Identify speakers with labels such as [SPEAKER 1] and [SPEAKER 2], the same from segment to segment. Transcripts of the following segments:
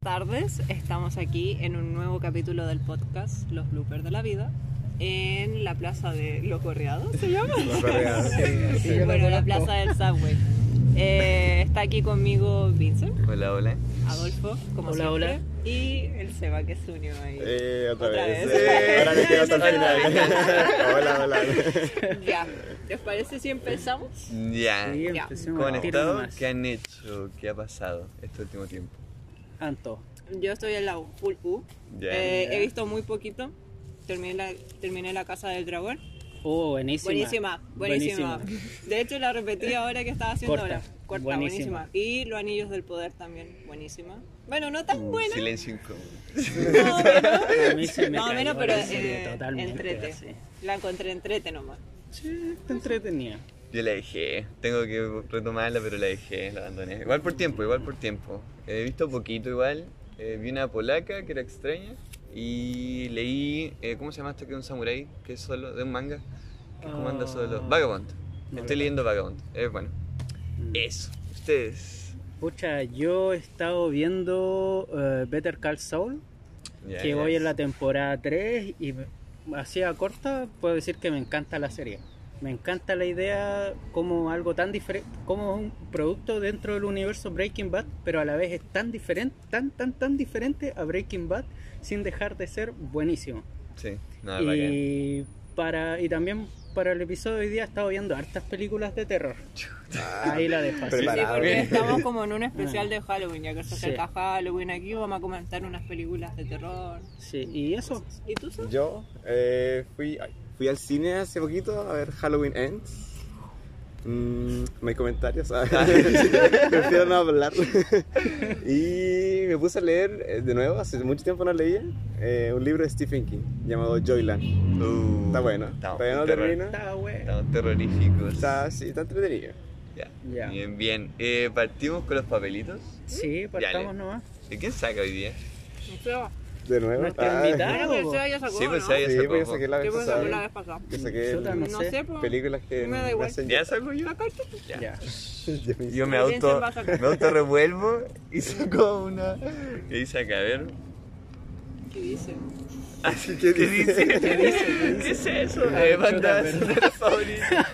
[SPEAKER 1] tardes, estamos aquí en un nuevo capítulo del podcast Los Bloopers de la Vida en la plaza de Los Correados, ¿se llama?
[SPEAKER 2] Los Correados, sí, sí.
[SPEAKER 1] Bueno, la plaza del Subway. Eh, está aquí conmigo Vincent,
[SPEAKER 3] Hola, hola.
[SPEAKER 1] Adolfo, como
[SPEAKER 4] Hola,
[SPEAKER 1] siempre,
[SPEAKER 4] hola.
[SPEAKER 1] y el Seba que se unió ahí.
[SPEAKER 2] Eh, otra,
[SPEAKER 1] Otra
[SPEAKER 2] vez.
[SPEAKER 1] vez.
[SPEAKER 2] eh. Ahora me quedo hasta el final. hola, hola.
[SPEAKER 1] Ya, ¿les parece si empezamos?
[SPEAKER 3] Ya.
[SPEAKER 4] Sí,
[SPEAKER 1] Ya.
[SPEAKER 4] empecemos al tiro
[SPEAKER 3] Conectado,
[SPEAKER 4] nomás.
[SPEAKER 3] ¿qué han hecho? ¿Qué ha pasado este último tiempo?
[SPEAKER 4] Anto.
[SPEAKER 1] Yo estoy en la U, full U.
[SPEAKER 3] Ya.
[SPEAKER 1] Eh,
[SPEAKER 4] Ya.
[SPEAKER 1] He visto muy poquito. Terminé la, terminé la Casa del Dragón.
[SPEAKER 4] Oh, buenísima.
[SPEAKER 1] Buenísima, buenísima. De hecho, la repetí ahora que estaba haciendo
[SPEAKER 4] Corta,
[SPEAKER 1] ahora. Corta, buenísima.
[SPEAKER 4] buenísima.
[SPEAKER 1] Y Los Anillos del Poder también, buenísima. Bueno, no tan
[SPEAKER 3] Mm,
[SPEAKER 1] buena,
[SPEAKER 3] Silencio incómodo.
[SPEAKER 1] más o menos.
[SPEAKER 4] A mí se me
[SPEAKER 1] Más o
[SPEAKER 4] cayó
[SPEAKER 1] menos,
[SPEAKER 4] la
[SPEAKER 1] pero
[SPEAKER 4] serie
[SPEAKER 1] eh,
[SPEAKER 4] totalmente,
[SPEAKER 1] entrete.
[SPEAKER 4] así.
[SPEAKER 1] La encontré entrete nomás.
[SPEAKER 4] Sí, está entretenida.
[SPEAKER 3] Yo la dejé. Tengo que retomarla, pero la dejé, la abandoné. Igual por tiempo, igual por tiempo. He visto poquito igual. Eh, vi una polaca que era extraña. Y leí, eh, ¿cómo se llama esto que es un samurái? Que es solo, de un manga. Que es como anda solo.
[SPEAKER 4] Ah.
[SPEAKER 3] Vagabond. Estoy
[SPEAKER 4] Vagabond.
[SPEAKER 3] leyendo Vagabond. Es bueno.
[SPEAKER 4] Mm.
[SPEAKER 3] Eso. Ustedes.
[SPEAKER 4] Pucha, yo he estado viendo eh, Better Call Saul,
[SPEAKER 3] Ya,
[SPEAKER 4] que
[SPEAKER 3] ya.
[SPEAKER 4] voy en la temporada 3 y así a corta puedo decir que me encanta la serie. Me encanta la idea como algo tan diferente, como un producto dentro del universo Breaking Bad, pero a la vez es tan diferente, tan, tan, tan diferente a Breaking Bad sin dejar de ser buenísimo.
[SPEAKER 3] Sí. No, es bacán.
[SPEAKER 4] y, para, y también para el episodio de hoy día he estado viendo hartas películas de terror. Ahí la dejo. así.
[SPEAKER 1] Sí, sí,
[SPEAKER 2] Preparado.
[SPEAKER 1] porque estamos como en un especial de Halloween, ya que se
[SPEAKER 4] Sí.
[SPEAKER 1] acerca Halloween aquí, vamos a comentar unas películas de terror.
[SPEAKER 4] Sí, y eso.
[SPEAKER 1] ¿Y tú, Sol?
[SPEAKER 2] Yo eh, fui, ay, fui al cine hace poquito a ver Halloween Ends. Mm, no hay comentarios. ah. Prefiero no hablar. y me puse a leer eh, de nuevo, hace mucho tiempo no leía, eh, un libro de Stephen King llamado Joyland.
[SPEAKER 3] Uh,
[SPEAKER 2] Está bueno.
[SPEAKER 3] Está,
[SPEAKER 2] Todavía no
[SPEAKER 3] terror-
[SPEAKER 2] termino.
[SPEAKER 4] Está bueno.
[SPEAKER 3] Estamos terroríficos.
[SPEAKER 2] Está, sí, está entretenido.
[SPEAKER 3] Ya.
[SPEAKER 4] Ya.
[SPEAKER 3] Bien, bien. Eh, Partimos con los papelitos.
[SPEAKER 4] Sí, partamos nomás.
[SPEAKER 3] ¿De quién saca hoy día?
[SPEAKER 1] Seba.
[SPEAKER 2] De nuevo. Ah,
[SPEAKER 4] Nuestro invitado.
[SPEAKER 1] Creo que el Seba ya sacó,
[SPEAKER 3] Sí, pues,
[SPEAKER 1] ¿no?
[SPEAKER 3] Seba ya
[SPEAKER 2] sí,
[SPEAKER 3] sacó,
[SPEAKER 2] voy a
[SPEAKER 3] po.
[SPEAKER 2] sacar la
[SPEAKER 1] Yo
[SPEAKER 2] vez
[SPEAKER 1] pues sacó la
[SPEAKER 2] pasada.
[SPEAKER 1] vez pasada.
[SPEAKER 2] Que saqué
[SPEAKER 4] Chuta,
[SPEAKER 1] No
[SPEAKER 4] no
[SPEAKER 1] sé,
[SPEAKER 4] sé,
[SPEAKER 1] pues.
[SPEAKER 2] películas que
[SPEAKER 1] Me da igual.
[SPEAKER 2] hacen-
[SPEAKER 3] ¿Ya saco yo?
[SPEAKER 1] ¿Sacaste?
[SPEAKER 3] Ya.
[SPEAKER 4] Ya.
[SPEAKER 3] Yo me auto,
[SPEAKER 1] Vincent va a sacar.
[SPEAKER 3] me auto revuelvo y saco una. ¿Qué dice acá? A ver.
[SPEAKER 1] ¿Qué dice?
[SPEAKER 3] Así que ¿Qué dice? ¿Qué dice? ¿Qué es eso? Eh, banda sonora favorita.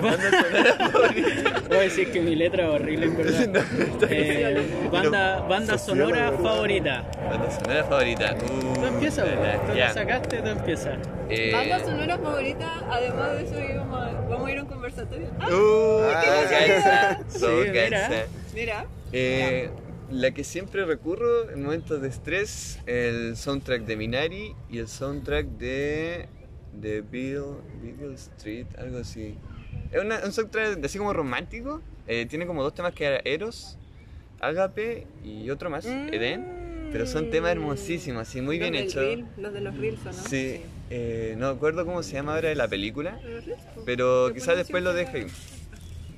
[SPEAKER 3] Banda sonora favorita.
[SPEAKER 4] Voy a decir que mi letra es horrible, en verdad. Eh, banda banda sonora
[SPEAKER 2] ¿verdad?
[SPEAKER 4] favorita.
[SPEAKER 3] Banda sonora favorita. Uh,
[SPEAKER 4] Tú empiezas,
[SPEAKER 3] la, la,
[SPEAKER 4] bro. tú
[SPEAKER 3] ya.
[SPEAKER 4] la sacaste, tú empiezas.
[SPEAKER 3] Eh,
[SPEAKER 1] Banda sonora favorita, además de eso, íbamos a- vamos a ir a un conversatorio. Ah,
[SPEAKER 3] Uh,
[SPEAKER 2] Ah,
[SPEAKER 3] todo calza,
[SPEAKER 4] sí,
[SPEAKER 3] todo
[SPEAKER 4] mira.
[SPEAKER 3] calza.
[SPEAKER 1] mira.
[SPEAKER 3] Eh, la que siempre recurro en momentos de estrés, el soundtrack de Minari y el soundtrack de, de Bill, Beagle Street, algo así. Es una- un soundtrack así como romántico, eh, tiene como dos temas que era Eros, Agape y otro más, Eden. Pero son temas hermosísimos, así muy bien
[SPEAKER 1] Los del
[SPEAKER 3] hechos.
[SPEAKER 1] reel, los de los reels, ¿o ¿no?
[SPEAKER 3] Sí, eh, no recuerdo cómo se llama ahora la película,
[SPEAKER 1] Los reels, pues.
[SPEAKER 3] pero
[SPEAKER 1] Yo
[SPEAKER 3] quizás
[SPEAKER 1] pongo
[SPEAKER 3] después lo
[SPEAKER 1] siempre-
[SPEAKER 3] deje.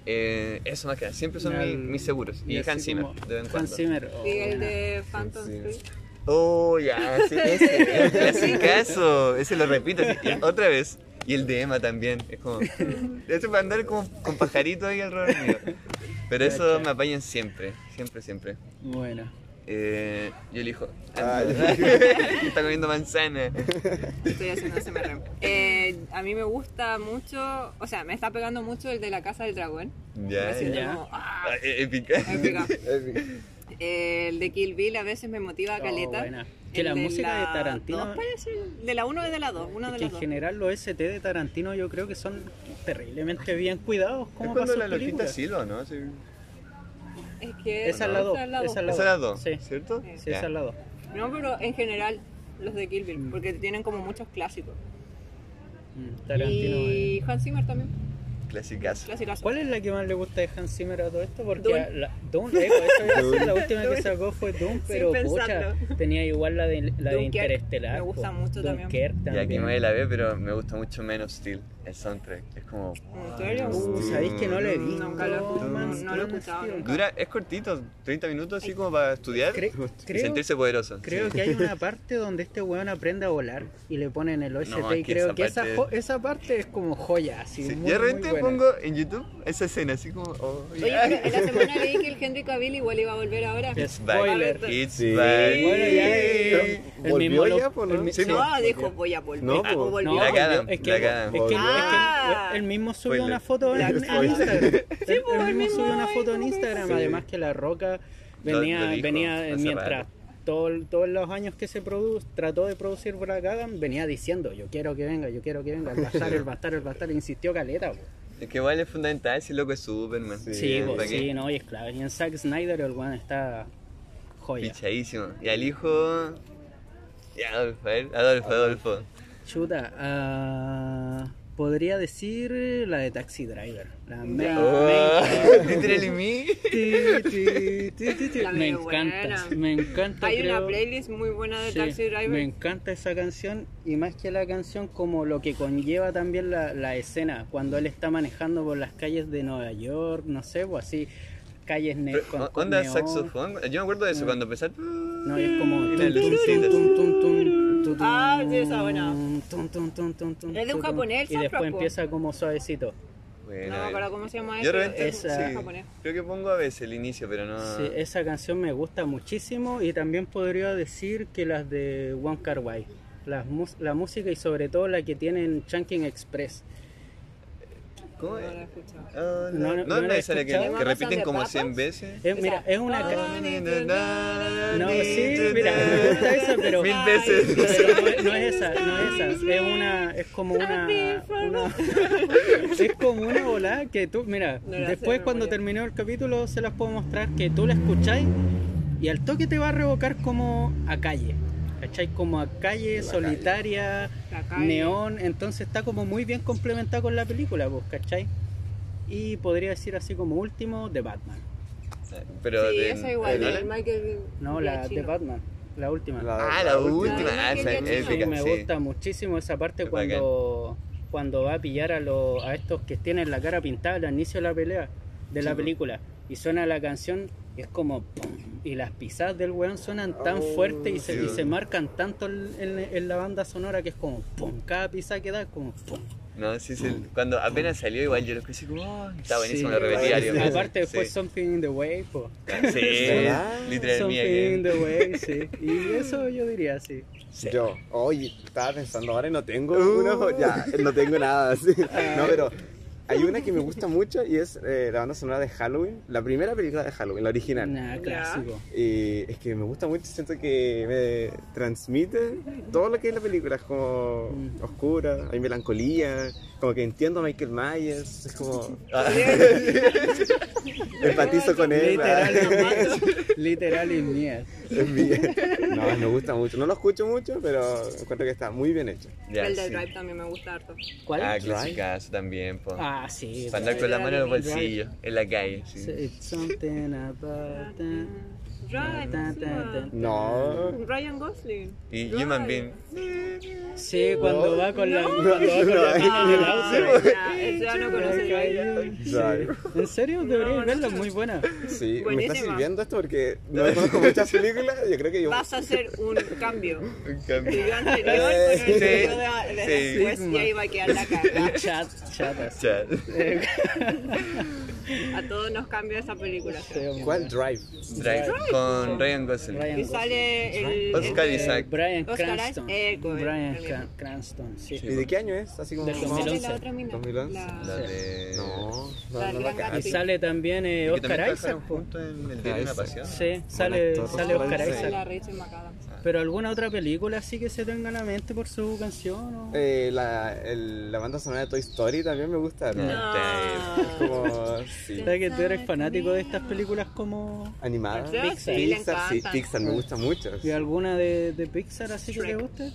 [SPEAKER 3] Eh, eso más que nada, siempre son
[SPEAKER 4] Ya,
[SPEAKER 3] mi-
[SPEAKER 4] el-
[SPEAKER 3] mis seguros. Y
[SPEAKER 4] así
[SPEAKER 3] Hans Zimmer,
[SPEAKER 4] como-
[SPEAKER 3] de vez en
[SPEAKER 4] Hans
[SPEAKER 3] cuando.
[SPEAKER 4] Zimmer. oh,
[SPEAKER 1] Sí, el
[SPEAKER 4] buena.
[SPEAKER 1] de Phantom
[SPEAKER 2] Sí.
[SPEAKER 1] Thread.
[SPEAKER 3] Oh, ya, sí, ese, el clasicazo, ese lo repito así, ya, otra vez. Y el de Emma también, es como. De hecho, para andar como con pajarito ahí alrededor mío. Pero eso me apañan siempre, siempre, siempre.
[SPEAKER 4] Bueno.
[SPEAKER 3] Eh, yo elijo.
[SPEAKER 2] Ah,
[SPEAKER 3] Está comiendo manzana.
[SPEAKER 1] Estoy haciendo CMR. Eh, a mí me gusta mucho, o sea, me está pegando mucho el de la Casa del Dragón.
[SPEAKER 3] Ya,
[SPEAKER 1] me siento
[SPEAKER 3] ya.
[SPEAKER 4] ya.
[SPEAKER 1] como, ah,
[SPEAKER 3] Ah, eh, épica.
[SPEAKER 1] me pega.
[SPEAKER 2] Eh,
[SPEAKER 1] El de Kill Bill a veces me motiva a
[SPEAKER 4] Oh,
[SPEAKER 1] caleta.
[SPEAKER 4] buena. Que
[SPEAKER 1] El
[SPEAKER 4] la música de Tarantino-
[SPEAKER 1] dos parece- de la 1 y de la 2. Una de
[SPEAKER 4] que
[SPEAKER 1] las
[SPEAKER 4] en
[SPEAKER 1] dos.
[SPEAKER 4] general los ST de Tarantino yo creo que son terriblemente bien cuidados.
[SPEAKER 3] Es
[SPEAKER 4] ¿Cómo
[SPEAKER 3] cuando
[SPEAKER 4] pasa
[SPEAKER 3] la loquita
[SPEAKER 4] películas?
[SPEAKER 3] silba, ¿no? Sí.
[SPEAKER 1] Es que
[SPEAKER 4] Esa es la dos,
[SPEAKER 1] dos.
[SPEAKER 4] esa es la-
[SPEAKER 3] Esa era dos,
[SPEAKER 4] Sí.
[SPEAKER 3] ¿cierto?
[SPEAKER 1] Sí,
[SPEAKER 4] Sí, esa es la dos.
[SPEAKER 1] No, pero en general los de Kill Bill,
[SPEAKER 4] Mm.
[SPEAKER 1] porque tienen como muchos clásicos.
[SPEAKER 4] Mm, Tarantino. bueno.
[SPEAKER 1] y Hans Zimmer también,
[SPEAKER 3] Clasicazo.
[SPEAKER 1] clasicazo.
[SPEAKER 4] ¿Cuál es la que más le gusta de Hans Zimmer a todo esto? Porque
[SPEAKER 1] Dune.
[SPEAKER 4] a la, Dune, eco, esa iba a ser la última
[SPEAKER 1] Dune.
[SPEAKER 4] que sacó fue Doom, pero pucha,
[SPEAKER 1] pensarlo.
[SPEAKER 4] tenía igual la de, la de
[SPEAKER 1] Dunkerque,
[SPEAKER 4] Interestelar.
[SPEAKER 1] me gusta
[SPEAKER 4] po.
[SPEAKER 1] mucho también.
[SPEAKER 4] Dunkerque
[SPEAKER 3] Y aquí
[SPEAKER 4] también.
[SPEAKER 3] me la ve, pero me gusta mucho menos Steel. el soundtrack. Es como.
[SPEAKER 1] ¿En serio?
[SPEAKER 4] Uh, ¿Sabéis que no le vi?
[SPEAKER 1] Nunca lo he escuchado, no lo he escuchado nunca.
[SPEAKER 3] Dura, es cortito, 30 minutos así como para estudiar
[SPEAKER 4] Cre-
[SPEAKER 3] y
[SPEAKER 4] creo,
[SPEAKER 3] sentirse poderoso.
[SPEAKER 4] creo que hay una parte donde este weón aprende a volar y le ponen el OST
[SPEAKER 3] No,
[SPEAKER 4] y
[SPEAKER 3] es que
[SPEAKER 4] creo
[SPEAKER 3] esa
[SPEAKER 4] que esa,
[SPEAKER 3] parte-
[SPEAKER 4] jo- esa parte es como joya, así.
[SPEAKER 3] Sí,
[SPEAKER 4] muy,
[SPEAKER 3] y de
[SPEAKER 4] muy
[SPEAKER 3] repente
[SPEAKER 4] buena.
[SPEAKER 3] pongo en YouTube esa escena así como. oh,
[SPEAKER 1] Oye,
[SPEAKER 3] ay,
[SPEAKER 1] pero en la semana leí que el Henry Cavill igual iba a volver ahora.
[SPEAKER 4] Yes.
[SPEAKER 3] back,
[SPEAKER 1] spoiler.
[SPEAKER 3] It's
[SPEAKER 2] Sí.
[SPEAKER 3] back.
[SPEAKER 4] Bueno, ya el, el
[SPEAKER 2] ¿Volvió
[SPEAKER 4] mismo
[SPEAKER 2] ya,
[SPEAKER 4] lo-
[SPEAKER 2] po, no?
[SPEAKER 4] el mi-
[SPEAKER 2] Sí,
[SPEAKER 4] sí,
[SPEAKER 2] po.
[SPEAKER 1] No, Ah, dijo voy a volver.
[SPEAKER 2] No,
[SPEAKER 1] o
[SPEAKER 2] pues.
[SPEAKER 1] volvió.
[SPEAKER 4] No,
[SPEAKER 3] La
[SPEAKER 4] volvió.
[SPEAKER 3] Adam,
[SPEAKER 4] es que,
[SPEAKER 3] la
[SPEAKER 4] es que-
[SPEAKER 3] Adam.
[SPEAKER 4] es que
[SPEAKER 1] Ah.
[SPEAKER 4] él mismo subió
[SPEAKER 3] Spoiler.
[SPEAKER 4] una foto en, en
[SPEAKER 1] Spoiler.
[SPEAKER 4] Instagram. Él- él,
[SPEAKER 1] pues, él
[SPEAKER 4] mismo
[SPEAKER 1] mismo
[SPEAKER 4] subió una
[SPEAKER 1] ahí
[SPEAKER 4] foto
[SPEAKER 1] como
[SPEAKER 4] en
[SPEAKER 1] que-
[SPEAKER 4] Instagram,
[SPEAKER 2] Sí.
[SPEAKER 4] además que La Roca venía,
[SPEAKER 3] Lo- lo dijo
[SPEAKER 4] venía eh,
[SPEAKER 3] hace
[SPEAKER 4] mientras
[SPEAKER 3] rato.
[SPEAKER 4] todo, todos los años que se produ- trató de producir Black Adam, venía diciendo yo quiero que venga, yo quiero que venga, el bastar, el bastar, el bastar, insistió Caleta. po.
[SPEAKER 3] Es que igual es fundamental si loco es Superman.
[SPEAKER 2] Sí,
[SPEAKER 4] Sí, po,
[SPEAKER 3] ¿Para qué?
[SPEAKER 4] sí, no, y es clave. Y en Zack Snyder el weón está joya.
[SPEAKER 3] Fichadísimo. Y al hijo. Ya, Adolfo, a ver,
[SPEAKER 4] Ah.
[SPEAKER 3] Adolfo, Adolfo.
[SPEAKER 4] Chuta, ah, podría decir la de Taxi Driver. La main-
[SPEAKER 3] Oh,
[SPEAKER 4] main-
[SPEAKER 3] Literally me.
[SPEAKER 1] La
[SPEAKER 4] me
[SPEAKER 1] medio
[SPEAKER 4] encanta,
[SPEAKER 1] buena.
[SPEAKER 4] me encanta.
[SPEAKER 1] Hay una
[SPEAKER 4] creo-
[SPEAKER 1] playlist muy buena de
[SPEAKER 4] sí,
[SPEAKER 1] Taxi
[SPEAKER 4] Me
[SPEAKER 1] Driver.
[SPEAKER 4] encanta esa canción y más que la canción como lo que conlleva también la, la escena cuando él está manejando por las calles de Nueva York, no sé, o así calles ne
[SPEAKER 3] Pero,
[SPEAKER 4] Eh, con, con
[SPEAKER 3] Onda
[SPEAKER 4] neón.
[SPEAKER 3] saxofón. Yo me acuerdo de eso
[SPEAKER 4] Mm.
[SPEAKER 3] cuando empezar. mm,
[SPEAKER 4] No, y es como
[SPEAKER 3] Y
[SPEAKER 4] tum,
[SPEAKER 3] la
[SPEAKER 4] tum,
[SPEAKER 3] lucecita.
[SPEAKER 4] tum, tum, tum, tum,
[SPEAKER 1] Ah, sí, esa buena.
[SPEAKER 4] tum, tum, tum, tum, tum,
[SPEAKER 1] Es de un
[SPEAKER 4] tum,
[SPEAKER 1] japonés,
[SPEAKER 4] y después
[SPEAKER 1] Safra, po.
[SPEAKER 4] empieza como suavecito.
[SPEAKER 3] Bueno,
[SPEAKER 1] No me
[SPEAKER 3] a ver.
[SPEAKER 1] acuerdo cómo se llama
[SPEAKER 3] Yo
[SPEAKER 1] eso.
[SPEAKER 3] de repente-
[SPEAKER 1] es
[SPEAKER 4] esa-
[SPEAKER 1] es
[SPEAKER 3] sí,
[SPEAKER 1] japonés.
[SPEAKER 3] Creo que pongo a veces el inicio, pero no.
[SPEAKER 4] Sí, esa canción me gusta muchísimo y también podría decir que las de One Car Wai. Las mus- la música y sobre todo la que tienen Chunking Express.
[SPEAKER 3] ¿Cómo
[SPEAKER 1] No
[SPEAKER 3] es?
[SPEAKER 1] la he escuchado.
[SPEAKER 3] Ah,
[SPEAKER 4] No,
[SPEAKER 3] No,
[SPEAKER 4] no,
[SPEAKER 3] no,
[SPEAKER 4] ¿no
[SPEAKER 3] es
[SPEAKER 4] la
[SPEAKER 3] necesario que,
[SPEAKER 4] escuchaba?
[SPEAKER 3] que repiten
[SPEAKER 1] ¿Mamá
[SPEAKER 3] como
[SPEAKER 1] son de
[SPEAKER 3] 100 veces.
[SPEAKER 4] Eh,
[SPEAKER 1] Esa.
[SPEAKER 4] mira, es
[SPEAKER 1] ah,
[SPEAKER 4] una ca- No,
[SPEAKER 3] No,
[SPEAKER 4] sí, mira, me gusta esa, pero-
[SPEAKER 3] Mil veces.
[SPEAKER 4] pero no, es- no es esa, no es esa. Es una, es como una, una- es como una volada que tú, mira,
[SPEAKER 1] No la sé
[SPEAKER 4] después
[SPEAKER 1] de
[SPEAKER 4] cuando
[SPEAKER 1] memoria.
[SPEAKER 4] terminó el capítulo se las puedo mostrar que tú la escucháis y al toque te va a revocar como a calle. ¿Cachai? Como a calle, solitaria.
[SPEAKER 1] La calle.
[SPEAKER 4] neón, entonces está como muy bien complementado con la película, pues, ¿cachai? Y podría decir así como último, de Batman.
[SPEAKER 3] Pero
[SPEAKER 1] Sí,
[SPEAKER 3] de-
[SPEAKER 1] esa igual. eh.
[SPEAKER 3] ¿de
[SPEAKER 1] de
[SPEAKER 3] Nolan?
[SPEAKER 1] Michael
[SPEAKER 4] No, la
[SPEAKER 1] Giacchino.
[SPEAKER 4] de Batman, la última.
[SPEAKER 2] La-
[SPEAKER 3] Ah, la última.
[SPEAKER 1] La
[SPEAKER 3] Ah, esa
[SPEAKER 1] Michael
[SPEAKER 3] es
[SPEAKER 4] Sí,
[SPEAKER 1] Jackson.
[SPEAKER 3] épica.
[SPEAKER 4] me
[SPEAKER 3] sí.
[SPEAKER 4] gusta muchísimo esa parte
[SPEAKER 3] Es
[SPEAKER 4] cuando, cuando va a pillar a, los a estos que tienen la cara pintada al inicio de la pelea, de la
[SPEAKER 3] Sí, pues.
[SPEAKER 4] película, y suena la canción, y es como ¡pum! y las pisadas del weón sonan tan
[SPEAKER 2] Oh,
[SPEAKER 4] fuerte y se,
[SPEAKER 3] sí,
[SPEAKER 4] y
[SPEAKER 3] bueno.
[SPEAKER 4] se marcan tanto en, en- en la banda sonora que es como ¡pum! cada pisada que da es como ¡pum!
[SPEAKER 3] No, sí, sí. Cuando apenas salió, igual yo lo escuché como. "Oh, está buenísimo,
[SPEAKER 4] Sí.
[SPEAKER 3] lo repetí varias veces.
[SPEAKER 4] Aparte después
[SPEAKER 3] Sí.
[SPEAKER 4] Something in the Way, po.
[SPEAKER 3] Sí,
[SPEAKER 2] ¿Verdad?
[SPEAKER 3] literal
[SPEAKER 4] Something
[SPEAKER 3] mía.
[SPEAKER 4] in the Way, sí. Y eso yo diría, sí.
[SPEAKER 2] Yo, oye, estaba pensando ahora y no tengo
[SPEAKER 3] Uh.
[SPEAKER 2] una, ya, no tengo nada así. No, pero hay una que me gusta mucho y es eh, la banda sonora de Halloween, la primera película de Halloween, la original.
[SPEAKER 4] Nah, clásico.
[SPEAKER 2] Y es que me gusta mucho, siento que me transmite todo lo que es la película, es como
[SPEAKER 4] Mm.
[SPEAKER 2] oscura, hay melancolía, como que entiendo a Michael Myers, es como ah. empatizo con él.
[SPEAKER 4] Literal,
[SPEAKER 2] ¿verdad?
[SPEAKER 4] es literal y mía.
[SPEAKER 2] Es mi- No, me gusta mucho, no lo escucho mucho, pero encuentro que está muy bien hecho.
[SPEAKER 3] Ya,
[SPEAKER 1] el de
[SPEAKER 3] sí.
[SPEAKER 1] Drive también me gusta harto.
[SPEAKER 4] ¿Cuál?
[SPEAKER 3] Ah,
[SPEAKER 4] Ah,
[SPEAKER 3] clasicazo también, po.
[SPEAKER 4] sí.
[SPEAKER 3] Para andar con la mano en los bolsillos, en la calle. sí.
[SPEAKER 4] It's something about that.
[SPEAKER 1] Drive.
[SPEAKER 4] Ta, ta, ta.
[SPEAKER 1] encima.
[SPEAKER 2] No,
[SPEAKER 1] Ryan Gosling.
[SPEAKER 3] Y
[SPEAKER 1] Drive.
[SPEAKER 3] Human Bean.
[SPEAKER 4] Sí, cuando va con la,
[SPEAKER 1] No.
[SPEAKER 4] cuando va con la mina en el
[SPEAKER 1] Ah,
[SPEAKER 4] auto.
[SPEAKER 1] ya, eso ya no conoce yo ella.
[SPEAKER 4] Sí.
[SPEAKER 2] Drive.
[SPEAKER 4] En serio, deberías
[SPEAKER 1] No, no.
[SPEAKER 4] verla, es muy buena.
[SPEAKER 2] Sí, me está
[SPEAKER 1] Buenísima.
[SPEAKER 2] sirviendo esto porque no conozco muchas películas. Yo creo que yo.
[SPEAKER 1] Vas a hacer un cambio.
[SPEAKER 3] Un
[SPEAKER 1] Y
[SPEAKER 3] cambio.
[SPEAKER 1] yo anterior con el
[SPEAKER 3] Sí.
[SPEAKER 1] video de, de
[SPEAKER 3] Sí.
[SPEAKER 1] después y ahí va a quedar la caja.
[SPEAKER 4] El Ah, chat, chat así.
[SPEAKER 3] Chat.
[SPEAKER 4] Eh,
[SPEAKER 1] A todos nos cambió esa película.
[SPEAKER 2] ¿Cuál Drive?
[SPEAKER 3] Drive con Ryan Gosling.
[SPEAKER 4] Ryan
[SPEAKER 1] Y sale el. este,
[SPEAKER 3] Oscar
[SPEAKER 1] el-
[SPEAKER 3] Isaac.
[SPEAKER 4] Brian
[SPEAKER 1] Oscar
[SPEAKER 4] Eh, Cranston.
[SPEAKER 1] Isaac, eh, con-
[SPEAKER 4] Brian
[SPEAKER 1] el
[SPEAKER 4] Cran- Cranston, sí.
[SPEAKER 2] ¿Y de qué año es? Así como.
[SPEAKER 4] Del
[SPEAKER 1] ¿Cómo
[SPEAKER 2] más-
[SPEAKER 1] sale
[SPEAKER 4] 2011.
[SPEAKER 1] la otra mina?
[SPEAKER 2] 2011.
[SPEAKER 3] La
[SPEAKER 1] La...
[SPEAKER 3] de.
[SPEAKER 2] No,
[SPEAKER 1] La
[SPEAKER 2] no, no
[SPEAKER 1] gran
[SPEAKER 2] la
[SPEAKER 4] Y
[SPEAKER 2] cacho.
[SPEAKER 1] Sí.
[SPEAKER 4] sale también eh,
[SPEAKER 3] Que
[SPEAKER 4] Oscar
[SPEAKER 3] también
[SPEAKER 4] Isaac.
[SPEAKER 3] trabajaron
[SPEAKER 4] po.
[SPEAKER 3] juntos en el Día de una
[SPEAKER 2] Isaac.
[SPEAKER 3] pasión.
[SPEAKER 4] Sí, sale,
[SPEAKER 2] actor.
[SPEAKER 4] sale
[SPEAKER 2] Oscar
[SPEAKER 4] Oscar Isaac.
[SPEAKER 1] la Rachel McAdams.
[SPEAKER 4] Pero alguna otra película sí que se tenga en la mente por su canción. o-
[SPEAKER 2] Eh, la, el- la banda sonora de Toy Story también me gusta. ¿no?
[SPEAKER 3] No. Ah,
[SPEAKER 2] Como. Sí.
[SPEAKER 4] ¿Sabes que tú eres fanático de estas películas como...
[SPEAKER 2] Animada.
[SPEAKER 1] Sí, Pixar. sí, le
[SPEAKER 2] sí,
[SPEAKER 1] encantan.
[SPEAKER 2] Pixar me gusta mucho.
[SPEAKER 4] ¿Y alguna de, de Pixar así que te
[SPEAKER 1] Shrek.
[SPEAKER 4] guste?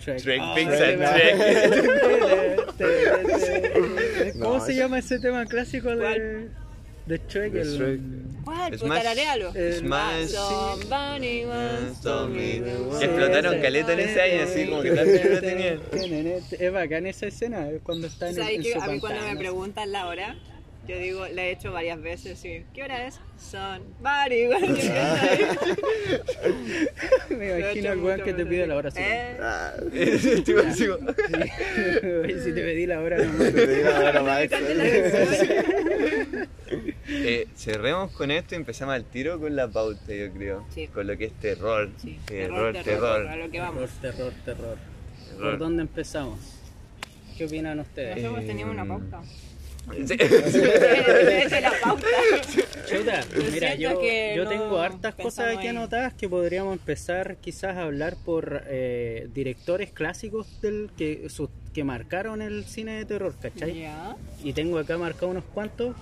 [SPEAKER 4] Shrek.
[SPEAKER 3] Shrek,
[SPEAKER 4] Ah,
[SPEAKER 3] Pixar,
[SPEAKER 4] ¿verdad? Te- te- te- ¿Cómo
[SPEAKER 2] No,
[SPEAKER 4] se
[SPEAKER 2] es-
[SPEAKER 4] llama ese tema clásico de... de Shrek.
[SPEAKER 3] De
[SPEAKER 4] el-
[SPEAKER 3] Shrek.
[SPEAKER 1] ¿Cuál? Pues
[SPEAKER 3] Smash.
[SPEAKER 1] tararealo.
[SPEAKER 4] Eh,
[SPEAKER 3] Smash.
[SPEAKER 1] Somebody once told me the
[SPEAKER 4] Sí,
[SPEAKER 1] world.
[SPEAKER 3] Que explotaron
[SPEAKER 4] sí.
[SPEAKER 3] caleta en ese año, así como que tanto lo tenían.
[SPEAKER 4] Es bacán esa escena, eh, cuando está en,
[SPEAKER 1] ¿Sabes
[SPEAKER 4] en
[SPEAKER 1] que
[SPEAKER 4] su
[SPEAKER 1] a mí cuando
[SPEAKER 4] pantano,
[SPEAKER 1] me
[SPEAKER 4] así.
[SPEAKER 1] preguntan la hora, yo digo, la he hecho varias veces, sí. ¿Qué hora es? Son varios.
[SPEAKER 4] Me imagino al weón que te pide la hora. así.
[SPEAKER 2] Ah,
[SPEAKER 3] Tipo así como-
[SPEAKER 4] Oye, si te pedí la hora, no me
[SPEAKER 2] te digo ahora, Max.
[SPEAKER 3] Eh, cerremos con esto y empezamos al tiro con la pauta, yo creo.
[SPEAKER 1] Sí.
[SPEAKER 3] Con lo que es terror.
[SPEAKER 1] Sí,
[SPEAKER 3] terror, terror.
[SPEAKER 1] a lo que
[SPEAKER 4] Terror,
[SPEAKER 1] vamos.
[SPEAKER 4] terror, terror.
[SPEAKER 3] Terror.
[SPEAKER 4] ¿Por dónde empezamos? ¿Qué opinan ustedes?
[SPEAKER 1] Nosotros
[SPEAKER 3] Eh,
[SPEAKER 1] teníamos
[SPEAKER 4] Mm.
[SPEAKER 1] una pauta.
[SPEAKER 3] Sí.
[SPEAKER 1] Esa es la pauta.
[SPEAKER 4] Chuta,
[SPEAKER 1] Yo
[SPEAKER 4] mira,
[SPEAKER 1] siento
[SPEAKER 4] yo,
[SPEAKER 1] que
[SPEAKER 4] yo
[SPEAKER 1] no
[SPEAKER 4] tengo hartas
[SPEAKER 1] pensamos
[SPEAKER 4] cosas aquí
[SPEAKER 1] ahí.
[SPEAKER 4] anotadas que podríamos empezar quizás a hablar por eh, directores clásicos del que, sus- que marcaron el cine de terror, ¿cachai?
[SPEAKER 1] Ya.
[SPEAKER 4] Y tengo acá marcado unos cuantos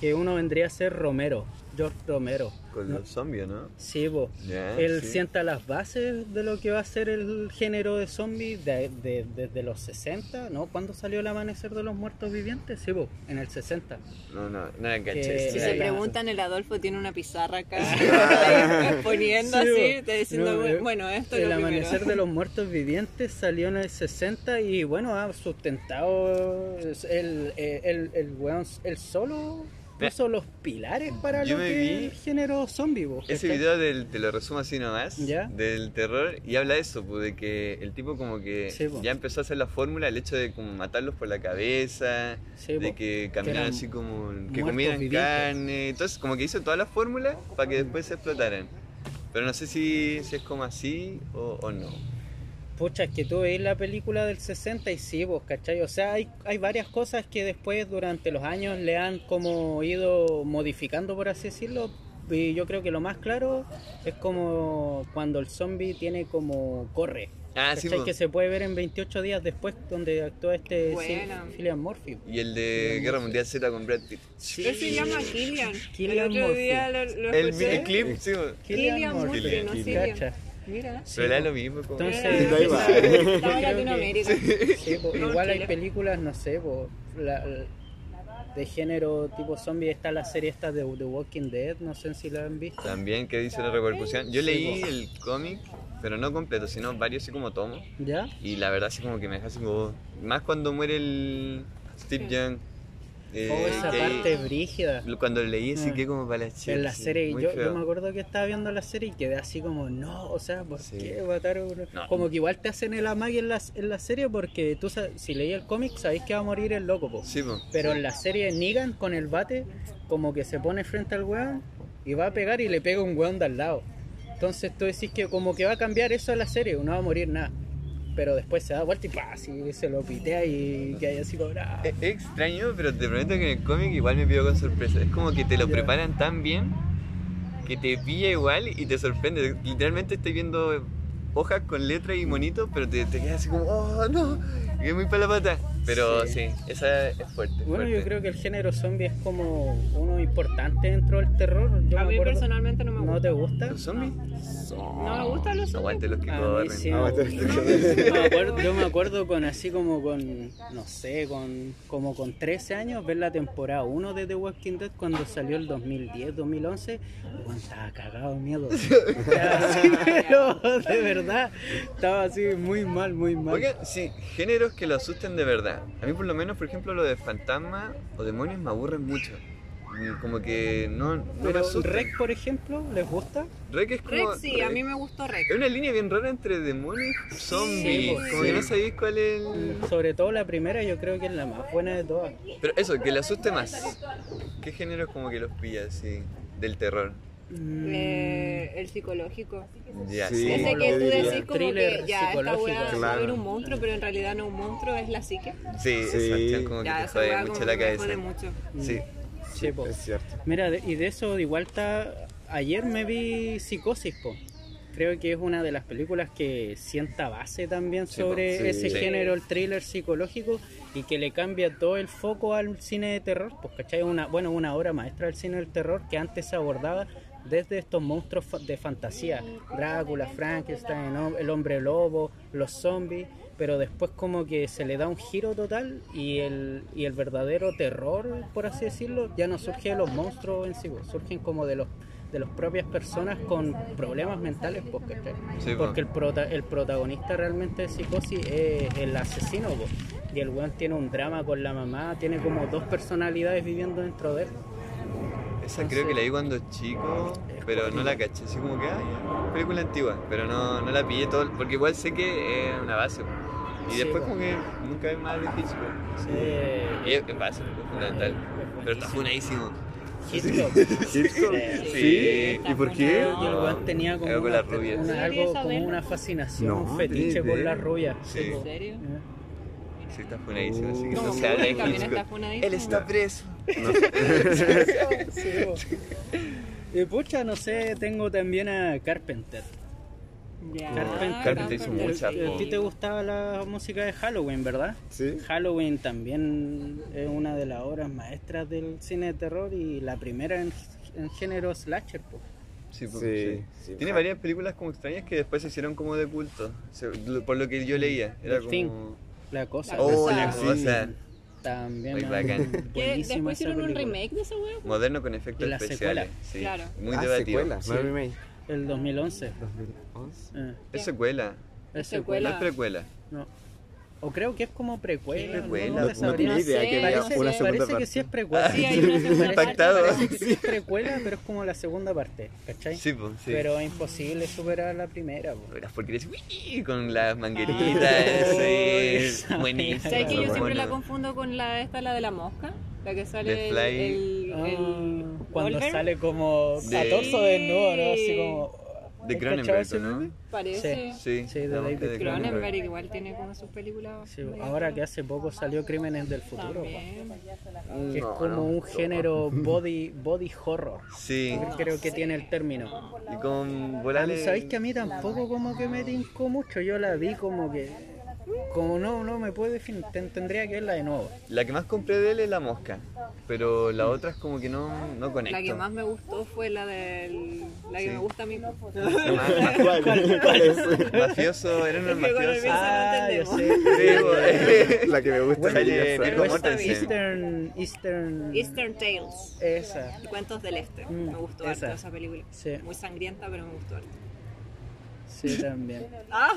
[SPEAKER 4] que uno vendría a ser Romero, George Romero.
[SPEAKER 3] Con los zombies, ¿no?
[SPEAKER 4] Sí, vos.
[SPEAKER 3] Ya,
[SPEAKER 4] Él
[SPEAKER 3] Ah, sí.
[SPEAKER 4] sienta las bases de lo que va a ser el género de zombies de- de- desde los 60, ¿no? ¿Cuándo salió el amanecer de los muertos vivientes? Sí, vos, en el 60.
[SPEAKER 3] No, no, no la enganché.
[SPEAKER 4] Que-
[SPEAKER 3] sí,
[SPEAKER 1] Si
[SPEAKER 4] Ya,
[SPEAKER 1] se
[SPEAKER 4] ya.
[SPEAKER 3] ahí.
[SPEAKER 1] preguntan, el Adolfo tiene una pizarra acá, ahí, poniendo
[SPEAKER 4] Sí,
[SPEAKER 1] así,
[SPEAKER 4] bueno.
[SPEAKER 1] te diciendo,
[SPEAKER 4] No, eh,
[SPEAKER 1] bueno, esto es
[SPEAKER 4] El
[SPEAKER 1] lo primero.
[SPEAKER 4] amanecer de los muertos vivientes salió en el 60 y bueno, ha sustentado es el, eh, el, el weón, el solo puso los pilares para
[SPEAKER 3] Yo
[SPEAKER 4] lo
[SPEAKER 3] me
[SPEAKER 4] que
[SPEAKER 3] vi
[SPEAKER 4] el género zombie. vos,
[SPEAKER 3] Ese
[SPEAKER 4] ¿cachai?
[SPEAKER 3] video del, te lo resumo así nomás,
[SPEAKER 4] Ya.
[SPEAKER 3] del terror, y habla de eso, pues, de que el tipo como que
[SPEAKER 4] Sí, pues. po.
[SPEAKER 3] ya empezó a hacer la fórmula, el hecho de como matarlos por la cabeza,
[SPEAKER 4] Sí,
[SPEAKER 3] de
[SPEAKER 4] po.
[SPEAKER 3] que caminaran
[SPEAKER 4] eran
[SPEAKER 3] así como, que
[SPEAKER 4] muertos
[SPEAKER 3] comieran
[SPEAKER 4] vivientes.
[SPEAKER 3] carne, entonces como que hizo todas las fórmulas para que después se explotaran. Pero no sé si, si es como así o, o no.
[SPEAKER 4] Pucha, es que tú veis la película del 60 y sí, vos, ¿cachai? O sea, hay, hay varias cosas que después durante los años le han como ido modificando, por así decirlo. Y yo creo que lo más claro es como cuando el zombie tiene como corre.
[SPEAKER 3] Ah, sí,
[SPEAKER 4] ¿cachai?
[SPEAKER 3] po.
[SPEAKER 4] que se puede ver en 28 días después donde actúa este
[SPEAKER 1] Buena.
[SPEAKER 4] Sil- Cillian Murphy.
[SPEAKER 3] Y el de Guerra Mundial Z con Brad Pitt.
[SPEAKER 1] Él se llama Killian.
[SPEAKER 4] Killian
[SPEAKER 1] el otro día lo, lo
[SPEAKER 3] El,
[SPEAKER 1] escuché.
[SPEAKER 3] el clip, sí, po.
[SPEAKER 1] Killian Murphy,
[SPEAKER 3] Cillian,
[SPEAKER 1] no
[SPEAKER 2] Cillian.
[SPEAKER 1] Cillian.
[SPEAKER 4] Cacha.
[SPEAKER 1] Mira.
[SPEAKER 3] pero era lo mismo. Como...
[SPEAKER 4] pues. Entonces,
[SPEAKER 2] Y ahí va.
[SPEAKER 1] Estaba en
[SPEAKER 4] Creo que-
[SPEAKER 1] Latinoamérica.
[SPEAKER 4] Sí, po,
[SPEAKER 1] No,
[SPEAKER 4] igual hay
[SPEAKER 1] Chile.
[SPEAKER 4] películas, no sé, po, la- la- de género tipo zombie. Está la serie esta de The Walking Dead, no sé si la han visto.
[SPEAKER 3] También que dice la repercusión. Yo
[SPEAKER 4] Sí,
[SPEAKER 3] leí
[SPEAKER 4] po.
[SPEAKER 3] el cómic, pero no completo, sino varios así como tomos.
[SPEAKER 4] ¿Ya?
[SPEAKER 3] Y la verdad así como que me deja así como... Más cuando muere el Steve Young. eh,
[SPEAKER 4] oh, esa
[SPEAKER 3] que-
[SPEAKER 4] parte es brígida.
[SPEAKER 3] Cuando leí así
[SPEAKER 4] Mm.
[SPEAKER 3] que como para la chica.
[SPEAKER 4] En la
[SPEAKER 3] sí,
[SPEAKER 4] serie,
[SPEAKER 3] muy
[SPEAKER 4] yo,
[SPEAKER 3] feo.
[SPEAKER 4] yo me acuerdo que estaba viendo la serie y quedé así como, no, o sea, ¿por
[SPEAKER 3] Sí.
[SPEAKER 4] qué mataron? a uno?
[SPEAKER 3] No.
[SPEAKER 4] Como que igual te hacen el amague en la, en la serie porque tú, sa- si leí el cómic, sabéis que va a morir el loco, po.
[SPEAKER 3] Sí, po.
[SPEAKER 4] Pero en la serie Negan con el bate, como que se pone frente al weón y va a pegar y le pega un weón de al lado. Entonces tú decís que como que va a cambiar eso a la serie, no va a morir nada. Pero después se da vuelta y ¡pah! así se lo pitea y que hay así como "Ah".
[SPEAKER 3] Es es extraño, pero te prometo que en el cómic igual me pilló con sorpresa. Es como que te lo
[SPEAKER 4] Ya.
[SPEAKER 3] preparan tan bien que te pilla igual y te sorprende. Literalmente estoy viendo hojas con letras y monitos, pero te, te quedas así como, oh no, que es muy para la pata. Pero sí,
[SPEAKER 4] Sí.
[SPEAKER 3] esa es fuerte. es
[SPEAKER 4] Bueno, yo
[SPEAKER 3] fuerte.
[SPEAKER 4] creo que el género zombie es como uno importante dentro del terror. Yo
[SPEAKER 1] A
[SPEAKER 4] me
[SPEAKER 1] mí
[SPEAKER 4] acuerdo-
[SPEAKER 1] personalmente no me
[SPEAKER 4] ¿No
[SPEAKER 1] gusta.
[SPEAKER 4] te gusta?
[SPEAKER 3] ¿Los zombies?
[SPEAKER 1] No me gustan los
[SPEAKER 3] Aguante los que
[SPEAKER 4] A mí
[SPEAKER 3] corren.
[SPEAKER 4] sí.
[SPEAKER 2] Ah,
[SPEAKER 4] me
[SPEAKER 2] bueno,
[SPEAKER 4] gusta.
[SPEAKER 1] zombies.
[SPEAKER 4] Me acuerdo- yo me acuerdo con así como con, no sé, con como con 13 años, ver la temporada 1 de The Walking Dead cuando salió el 2010, 2011. weón, estaba cagado de miedo. Estaba así, pero de verdad, estaba así muy mal, muy mal.
[SPEAKER 3] Oigan, sí, géneros que lo asusten de verdad. A mí por lo menos, por ejemplo, lo de fantasmas o demonios me aburren mucho. Mm, Como que no, no me
[SPEAKER 4] pero
[SPEAKER 3] asustan.
[SPEAKER 4] Rec, por ejemplo, ¿les gusta?
[SPEAKER 3] Rec es como...
[SPEAKER 1] Rex sí, a mí me gustó Rex.
[SPEAKER 3] Es una línea bien rara entre demonio y zombie.
[SPEAKER 4] Sí, pues,
[SPEAKER 3] como
[SPEAKER 4] sí.
[SPEAKER 3] que no sabéis cuál es el...
[SPEAKER 4] Sobre todo la primera, yo creo que es la más buena de todas.
[SPEAKER 3] Pero eso, que le asuste más. ¿Qué géneros como que los pilla así? Del terror.
[SPEAKER 4] Mm,
[SPEAKER 1] Eh, el psicológico.
[SPEAKER 3] Ya,
[SPEAKER 2] Sí.
[SPEAKER 3] sí.
[SPEAKER 1] Ese
[SPEAKER 2] como
[SPEAKER 1] que
[SPEAKER 2] lo
[SPEAKER 1] tú
[SPEAKER 2] diría.
[SPEAKER 1] decís como que
[SPEAKER 4] Thriller
[SPEAKER 1] ya esta
[SPEAKER 4] psicológico.
[SPEAKER 1] weá va a
[SPEAKER 2] Claro.
[SPEAKER 1] haber un monstruo, pero en realidad no es un monstruo, es la psique.
[SPEAKER 3] Sí,
[SPEAKER 2] Sí.
[SPEAKER 3] esa cuestión como que
[SPEAKER 1] Ya,
[SPEAKER 3] te
[SPEAKER 1] esa weá
[SPEAKER 3] jode
[SPEAKER 1] como
[SPEAKER 3] mucho
[SPEAKER 1] que
[SPEAKER 3] la
[SPEAKER 1] me
[SPEAKER 3] cabeza.
[SPEAKER 1] jode mucho.
[SPEAKER 3] Sí.
[SPEAKER 4] sí, po.
[SPEAKER 2] Es cierto.
[SPEAKER 4] Mira, de- y de eso de igual está. Ayer me vi Psicosis, po. Creo que es una de las películas que sienta base también
[SPEAKER 3] Sí, po.
[SPEAKER 4] sobre
[SPEAKER 2] Sí.
[SPEAKER 4] ese
[SPEAKER 3] Sí.
[SPEAKER 4] género, el thriller psicológico, y que le cambia todo el foco al cine de terror, pues, ¿cachai? Una, bueno, una obra maestra del cine del terror que antes se abordaba desde estos monstruos fa- de fantasía, Drácula, Frankenstein, ¿no? el hombre lobo, los zombies, pero después como que se le da un giro total y el, y el verdadero terror, por así decirlo, ya no surge de los monstruos en sí, pues, surgen como de los de las propias personas con problemas mentales, pues, ¿cachai?
[SPEAKER 3] Sí, pues.
[SPEAKER 4] porque el, prota- el protagonista realmente de Psicosis es el asesino, pues, y el weón tiene un drama con la mamá, tiene como dos personalidades viviendo dentro de él.
[SPEAKER 3] Esa creo que la vi cuando chico, pero no la caché, así como que, ah, ya, película antigua, pero no, no la pillé todo, porque igual sé que es una base. po. Y
[SPEAKER 4] Sí,
[SPEAKER 3] después
[SPEAKER 4] po.
[SPEAKER 3] como que nunca es más difícil. po.
[SPEAKER 4] Eh,
[SPEAKER 3] Es, es base, po, es fundamental. Pero está funadísimo.
[SPEAKER 4] Hitchcock.
[SPEAKER 2] ¿Hitchcock?
[SPEAKER 4] Sí.
[SPEAKER 3] Sí.
[SPEAKER 2] ¿Y por qué?
[SPEAKER 4] Y el weón tenía como,
[SPEAKER 3] Algo con
[SPEAKER 4] una,
[SPEAKER 3] las rubias.
[SPEAKER 4] una- algo, como una fascinación,
[SPEAKER 2] No,
[SPEAKER 4] un fetiche
[SPEAKER 2] de-
[SPEAKER 4] con
[SPEAKER 2] de-
[SPEAKER 4] las rubias.
[SPEAKER 3] Sí.
[SPEAKER 4] Sí,
[SPEAKER 1] ¿En
[SPEAKER 4] po.
[SPEAKER 1] serio?
[SPEAKER 4] Eh.
[SPEAKER 3] Sí, está funadísimo, así que
[SPEAKER 1] Como
[SPEAKER 3] no se habla de
[SPEAKER 1] Kubrick también está
[SPEAKER 3] Hitchcock.
[SPEAKER 1] funadísimo.
[SPEAKER 3] Él está preso.
[SPEAKER 2] No sé.
[SPEAKER 4] Sí, po. Y Eh, pucha, no sé, tengo también a Carpenter.
[SPEAKER 1] Ya,
[SPEAKER 4] Ah, Carpenter.
[SPEAKER 3] Carpenter hizo
[SPEAKER 1] Carpenter.
[SPEAKER 3] muchas,
[SPEAKER 1] Sí.
[SPEAKER 3] po.
[SPEAKER 4] A ti te gustaba la música de Halloween, ¿verdad?
[SPEAKER 2] Sí.
[SPEAKER 4] Halloween también es una de las obras maestras del cine de terror y la primera en, en género slasher. po.
[SPEAKER 3] Sí, po,
[SPEAKER 2] Sí,
[SPEAKER 3] sí.
[SPEAKER 2] sí,
[SPEAKER 3] Tiene
[SPEAKER 2] po.
[SPEAKER 3] varias películas como extrañas que después se hicieron como de culto, se- lo- por lo que yo leía. Era
[SPEAKER 4] The Thing.
[SPEAKER 3] como...
[SPEAKER 4] La cosa.
[SPEAKER 3] Oh,
[SPEAKER 1] cosa.
[SPEAKER 3] la
[SPEAKER 2] Sí.
[SPEAKER 3] cosa.
[SPEAKER 4] También
[SPEAKER 3] Muy
[SPEAKER 4] man,
[SPEAKER 3] bacán.
[SPEAKER 1] Que
[SPEAKER 4] buenísima
[SPEAKER 1] después
[SPEAKER 4] esa
[SPEAKER 1] hicieron un
[SPEAKER 4] película.
[SPEAKER 1] remake de esa wea. po.
[SPEAKER 3] Moderno con efectos
[SPEAKER 4] La
[SPEAKER 3] especiales.
[SPEAKER 4] secuela.
[SPEAKER 3] Sí.
[SPEAKER 1] Claro.
[SPEAKER 3] Muy
[SPEAKER 2] Ah,
[SPEAKER 3] debatido.
[SPEAKER 2] secuela,
[SPEAKER 4] Sí.
[SPEAKER 2] no remake.
[SPEAKER 4] El 2011.
[SPEAKER 2] 2011.
[SPEAKER 4] eh,
[SPEAKER 3] Es secuela.
[SPEAKER 4] es
[SPEAKER 1] Secuela.
[SPEAKER 3] No es precuela.
[SPEAKER 4] No. O creo que es como precuela.
[SPEAKER 1] Sí,
[SPEAKER 3] precuela,
[SPEAKER 4] No,
[SPEAKER 2] No,
[SPEAKER 4] te
[SPEAKER 2] no
[SPEAKER 4] sabría
[SPEAKER 2] tenía idea que
[SPEAKER 1] sé,
[SPEAKER 2] había
[SPEAKER 4] Parece,
[SPEAKER 2] una segunda
[SPEAKER 4] que- parece
[SPEAKER 2] parte.
[SPEAKER 4] que sí es precuela.
[SPEAKER 1] Sí, hay una segunda
[SPEAKER 3] Impactado.
[SPEAKER 1] parte,
[SPEAKER 4] Parece que sí es precuela, pero es como la segunda parte, ¿cachai?
[SPEAKER 3] Sí, pues, sí.
[SPEAKER 4] Pero es imposible superar la primera. po.
[SPEAKER 3] Las porquerías ¡uy! con las mangueritas.
[SPEAKER 4] esa
[SPEAKER 3] sí. Buenísimo.
[SPEAKER 1] ¿Sabes que yo
[SPEAKER 3] Bueno.
[SPEAKER 1] siempre la confundo con la esta, la de la mosca? La que sale
[SPEAKER 3] The
[SPEAKER 1] el,
[SPEAKER 3] Fly.
[SPEAKER 1] el,
[SPEAKER 4] Ah,
[SPEAKER 1] el-
[SPEAKER 4] cuando
[SPEAKER 1] Goldberg,
[SPEAKER 4] sale como
[SPEAKER 3] Sí.
[SPEAKER 4] a torso desnudo, ¿no? Así como...
[SPEAKER 3] De
[SPEAKER 4] ¿Has cachado
[SPEAKER 3] Cronenberg,
[SPEAKER 4] ese
[SPEAKER 3] ¿no?
[SPEAKER 4] meme?
[SPEAKER 1] Parece.
[SPEAKER 3] Sí,
[SPEAKER 4] Sí, de
[SPEAKER 3] la
[SPEAKER 4] David
[SPEAKER 3] mosca
[SPEAKER 1] Cronenberg igual tiene como sus películas.
[SPEAKER 4] Sí, ahora que hace poco salió Crímenes del Futuro, po,
[SPEAKER 1] También.
[SPEAKER 4] que es como un género body, body horror.
[SPEAKER 3] Ah, Sí.
[SPEAKER 4] Creo que tiene el término.
[SPEAKER 3] Y con volales.
[SPEAKER 4] Sabéis que a mí tampoco como que me tincó mucho. Yo la vi como que... Como no, no me puedo definir. ten- Tendría que verla de nuevo.
[SPEAKER 3] La que más compré de él es la mosca. Pero la otra es como que no, no conecto.
[SPEAKER 1] La que más me gustó fue la del. La que
[SPEAKER 3] Sí.
[SPEAKER 1] me gusta a mí.
[SPEAKER 3] La más-
[SPEAKER 2] ¿Cuál? ¿Cuál es?
[SPEAKER 3] Mafioso, eran unos
[SPEAKER 1] Porque con el
[SPEAKER 3] mafiosos.
[SPEAKER 1] beso-
[SPEAKER 4] Ah, yo
[SPEAKER 1] entendemos.
[SPEAKER 4] sé.
[SPEAKER 3] Sí, pues.
[SPEAKER 2] La que me gusta.
[SPEAKER 3] Bueno,
[SPEAKER 2] Ahí ya
[SPEAKER 3] eh,
[SPEAKER 2] está.
[SPEAKER 3] Nico
[SPEAKER 4] West-
[SPEAKER 3] Mortensen.
[SPEAKER 4] Eastern, Eastern,
[SPEAKER 1] Eastern Tales.
[SPEAKER 4] Esa.
[SPEAKER 1] Cuentos del Este.
[SPEAKER 4] Mm,
[SPEAKER 1] me gustó
[SPEAKER 4] esa.
[SPEAKER 1] harto esa película.
[SPEAKER 4] Sí.
[SPEAKER 1] Muy sangrienta, pero me gustó harto.
[SPEAKER 4] Sí, también.
[SPEAKER 1] Ah,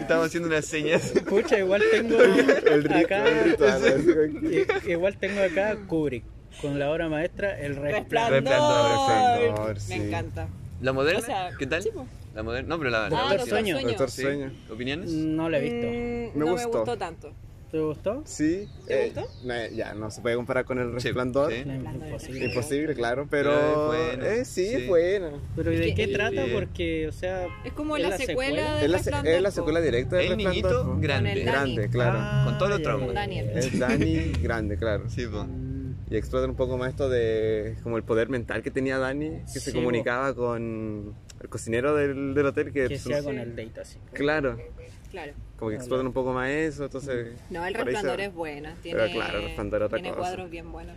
[SPEAKER 3] Estamos haciendo unas señas.
[SPEAKER 4] Pucha, igual tengo
[SPEAKER 2] El ritmo,
[SPEAKER 4] acá,
[SPEAKER 2] el ritmo, así como-
[SPEAKER 4] i- igual tengo acá Kubrick con la obra maestra El Resplandor.
[SPEAKER 2] Resplandor,
[SPEAKER 1] resplandor. Me
[SPEAKER 2] sí.
[SPEAKER 1] encanta.
[SPEAKER 3] ¿La moderna?
[SPEAKER 1] O sea,
[SPEAKER 3] ¿Qué tal?
[SPEAKER 1] sí, po.
[SPEAKER 3] la moderna. No, pero la. la
[SPEAKER 4] Doctor
[SPEAKER 1] Ah, Doctor
[SPEAKER 3] original.
[SPEAKER 1] Sueño.
[SPEAKER 2] Doctor
[SPEAKER 3] Sí.
[SPEAKER 2] Sueño.
[SPEAKER 3] ¿Opiniones?
[SPEAKER 4] No la he visto.
[SPEAKER 1] Mm,
[SPEAKER 2] Me
[SPEAKER 1] no
[SPEAKER 2] gustó.
[SPEAKER 1] me gustó tanto.
[SPEAKER 4] ¿Te gustó?
[SPEAKER 2] Sí.
[SPEAKER 1] ¿Te
[SPEAKER 2] eh,
[SPEAKER 1] gustó?
[SPEAKER 2] no, ya, no se puede comparar con el
[SPEAKER 3] Sí,
[SPEAKER 2] resplandor.
[SPEAKER 3] sí.
[SPEAKER 4] No, imposible.
[SPEAKER 2] Imposible, claro,
[SPEAKER 3] Pero es
[SPEAKER 2] pero.
[SPEAKER 3] buena,
[SPEAKER 2] eh, sí,
[SPEAKER 3] sí.
[SPEAKER 2] es buena.
[SPEAKER 4] Pero ¿y de qué
[SPEAKER 1] Sí.
[SPEAKER 4] trata? Porque, o sea,
[SPEAKER 1] Es como
[SPEAKER 4] ¿Es
[SPEAKER 1] la,
[SPEAKER 4] la secuela?
[SPEAKER 1] secuela, de
[SPEAKER 2] Es la, se-
[SPEAKER 1] Resplandor.
[SPEAKER 2] es la
[SPEAKER 1] po.
[SPEAKER 2] secuela directa del
[SPEAKER 3] El
[SPEAKER 2] resplandor.
[SPEAKER 3] niñito
[SPEAKER 2] po. Ah,
[SPEAKER 3] grande.
[SPEAKER 1] Con el
[SPEAKER 2] Grande, claro.
[SPEAKER 3] Con todos los
[SPEAKER 4] ya,
[SPEAKER 3] traumas.
[SPEAKER 4] ya, ya.
[SPEAKER 1] Daniel.
[SPEAKER 2] Es Dani grande, claro.
[SPEAKER 3] Sí, po.
[SPEAKER 4] Mm,
[SPEAKER 2] Y explotan un poco más esto de como el poder mental que tenía Dani, que
[SPEAKER 4] Sí,
[SPEAKER 2] se
[SPEAKER 4] po.
[SPEAKER 2] comunicaba con el cocinero del, del hotel. Que,
[SPEAKER 4] que sea con el date así. pues,
[SPEAKER 2] Claro,
[SPEAKER 1] Claro.
[SPEAKER 2] como que explotan un poco más eso, entonces.
[SPEAKER 1] No, el
[SPEAKER 2] por ahí se-
[SPEAKER 1] resplandor es buena. Tiene,
[SPEAKER 2] Pero claro, El Resplandor es otra
[SPEAKER 1] tiene
[SPEAKER 2] cosa.
[SPEAKER 1] cuadros bien buenos.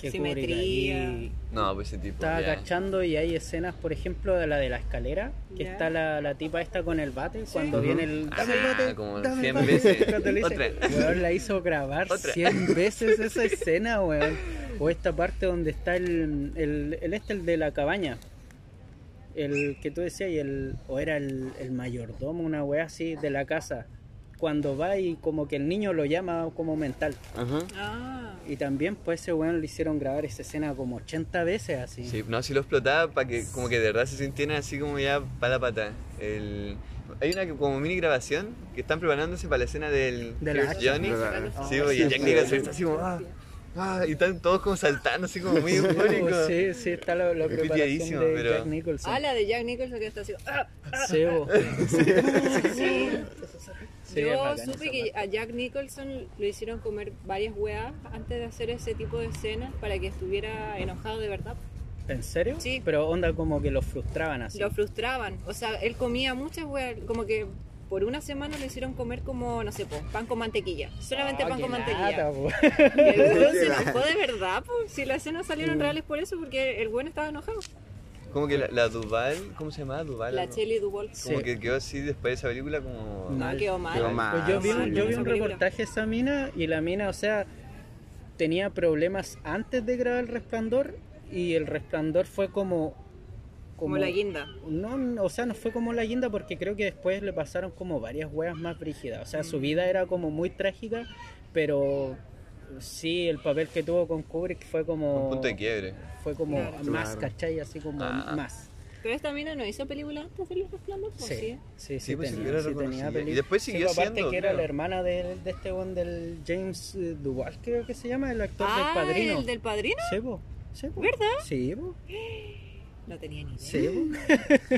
[SPEAKER 4] Que Kubrick
[SPEAKER 1] Simetría.
[SPEAKER 4] ahí
[SPEAKER 3] No, pues ese tipo.
[SPEAKER 4] Estaba
[SPEAKER 3] ya.
[SPEAKER 4] cachando y hay escenas, por ejemplo, de la de la escalera, que
[SPEAKER 1] Ya.
[SPEAKER 4] está la, la tipa esta con el bate, cuando
[SPEAKER 2] Ujú.
[SPEAKER 4] viene el...
[SPEAKER 3] Ah,
[SPEAKER 4] ¡Dame el bate!
[SPEAKER 3] como
[SPEAKER 4] ¡Dame el
[SPEAKER 3] 100
[SPEAKER 4] bate!
[SPEAKER 3] veces.
[SPEAKER 4] Cuando le dice,
[SPEAKER 3] Otra.
[SPEAKER 4] weón, la hizo grabar
[SPEAKER 3] Otra.
[SPEAKER 4] 100 veces esa escena, weón. O esta parte donde está el, el, el este, el de la cabaña. El que tú decías, y el, o era el, el mayordomo, una weá así, de la casa. Cuando va y como que el niño lo llama como mental.
[SPEAKER 2] Ajá.
[SPEAKER 1] Ah.
[SPEAKER 4] Y también pues ese weón le hicieron grabar esa escena como 80 veces así.
[SPEAKER 3] Sí, no, si lo explotaba para que como que de verdad se sintieran así como ya para la pata. El... Hay una que- como mini grabación que están preparándose para la escena del
[SPEAKER 4] De la
[SPEAKER 3] Here's
[SPEAKER 4] hacha.
[SPEAKER 3] Johnny.
[SPEAKER 2] De la-
[SPEAKER 3] Sí, po, y el Jack Nicholson está así como ah, ah, y están todos como saltando así como muy eufóricos.
[SPEAKER 4] Oh, Sí, sí, está la, la
[SPEAKER 3] Es
[SPEAKER 4] preparación
[SPEAKER 3] pitiadísimo,
[SPEAKER 4] de
[SPEAKER 3] pero-
[SPEAKER 4] Jack Nicholson.
[SPEAKER 1] Ah, la de Jack Nicholson que está así. ¡Ah!
[SPEAKER 4] Sí, bo. Sí, es
[SPEAKER 1] Yo
[SPEAKER 4] bacán
[SPEAKER 1] supe
[SPEAKER 4] esa
[SPEAKER 1] que a Jack Nicholson lo hicieron comer varias weas antes de hacer ese tipo de escenas para que estuviera enojado de verdad.
[SPEAKER 4] parte. ¿En serio?
[SPEAKER 1] Sí.
[SPEAKER 4] Pero onda como que lo frustraban así.
[SPEAKER 1] Lo frustraban. O sea, él comía muchas weas, como que por una semana le hicieron comer como, no sé, po, pan con mantequilla. Solamente
[SPEAKER 4] Ah,
[SPEAKER 1] pan
[SPEAKER 4] qué
[SPEAKER 1] con
[SPEAKER 4] lata,
[SPEAKER 1] mantequilla.
[SPEAKER 4] po.
[SPEAKER 1] Y el weón se enojó de verdad, pues. Si las escenas salieron reales por eso, porque el weón estaba enojado.
[SPEAKER 3] Como que la, la Duval, ¿cómo se llamaba? Duval.
[SPEAKER 1] La
[SPEAKER 3] ¿no?
[SPEAKER 1] Chelly Duval.
[SPEAKER 3] Como
[SPEAKER 4] Sí.
[SPEAKER 3] que quedó así después de esa película como...
[SPEAKER 1] No,
[SPEAKER 4] Mal.
[SPEAKER 1] Ah, quedó mal.
[SPEAKER 2] Quedó mal.
[SPEAKER 4] Pues yo vi,
[SPEAKER 1] Ah,
[SPEAKER 4] un- yo
[SPEAKER 1] sí.
[SPEAKER 4] vi
[SPEAKER 1] Esa
[SPEAKER 4] un
[SPEAKER 1] película.
[SPEAKER 4] reportaje de esa mina y la mina, o sea, tenía problemas antes de grabar El Resplandor y El Resplandor fue como...
[SPEAKER 1] Como la guinda.
[SPEAKER 4] No, o sea, no fue como la guinda porque creo que después le pasaron como varias huevas más brígidas. O sea,
[SPEAKER 1] Mm.
[SPEAKER 4] su vida era como muy trágica, pero sí, el papel que tuvo con Kubrick fue como...
[SPEAKER 3] Un punto de quiebre.
[SPEAKER 4] Fue como
[SPEAKER 1] Claro.
[SPEAKER 4] más,
[SPEAKER 2] Claro.
[SPEAKER 4] ¿cachai? Así como
[SPEAKER 3] Ah.
[SPEAKER 4] más.
[SPEAKER 1] Pero esta mina no hizo película antes del resplandor, pues sí.
[SPEAKER 4] Sí, sí, sí,
[SPEAKER 3] Sí, pues,
[SPEAKER 4] tenía,
[SPEAKER 3] era
[SPEAKER 4] sí tenía
[SPEAKER 3] reconocida.
[SPEAKER 4] peli-
[SPEAKER 3] Y después
[SPEAKER 4] Sí,
[SPEAKER 3] siguió
[SPEAKER 4] pues, aparte
[SPEAKER 3] siendo,
[SPEAKER 4] que era
[SPEAKER 3] creo.
[SPEAKER 4] la hermana del- de este one del James eh, Duval, creo que se llama, el actor
[SPEAKER 1] Ah,
[SPEAKER 4] del padrino.
[SPEAKER 1] ¿el del padrino?
[SPEAKER 4] Sí, po, sí, po.
[SPEAKER 1] ¿Verdad?
[SPEAKER 4] Sí, po,
[SPEAKER 1] No tenía ni idea.
[SPEAKER 4] sí, po.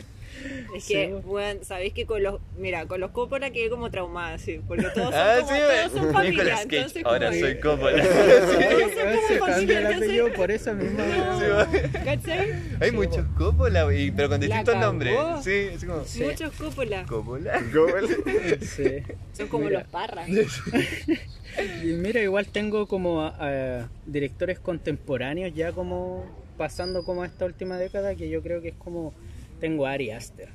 [SPEAKER 1] Es
[SPEAKER 4] Sí,
[SPEAKER 1] que,
[SPEAKER 4] vos.
[SPEAKER 1] bueno, sabéis que con los. Mira, con los Coppola quedé como traumada, sí. Porque todos son,
[SPEAKER 3] Ah,
[SPEAKER 1] como,
[SPEAKER 3] sí,
[SPEAKER 1] todos son familia.
[SPEAKER 3] Nicolas Cage,
[SPEAKER 1] Entonces,
[SPEAKER 3] ahora
[SPEAKER 1] como,
[SPEAKER 3] soy Coppola.
[SPEAKER 1] Todos son como
[SPEAKER 4] Se
[SPEAKER 1] familia,
[SPEAKER 4] cambia el
[SPEAKER 1] ¿cachai?
[SPEAKER 4] apellido por esa misma.
[SPEAKER 1] No,
[SPEAKER 4] weá.
[SPEAKER 1] ¿cachai?
[SPEAKER 3] Hay muchos Coppola, y- pero con
[SPEAKER 1] La
[SPEAKER 3] distintos
[SPEAKER 1] cagó.
[SPEAKER 3] nombres. Sí, es como...
[SPEAKER 4] Sí.
[SPEAKER 1] Muchos Coppola.
[SPEAKER 3] ¿Coppola?
[SPEAKER 4] Sí.
[SPEAKER 1] Son como
[SPEAKER 4] Mira.
[SPEAKER 1] los parras.
[SPEAKER 4] Y mira, igual tengo como a- a directores contemporáneos ya como pasando como a esta última década que yo creo que es como tengo a Ari Aster.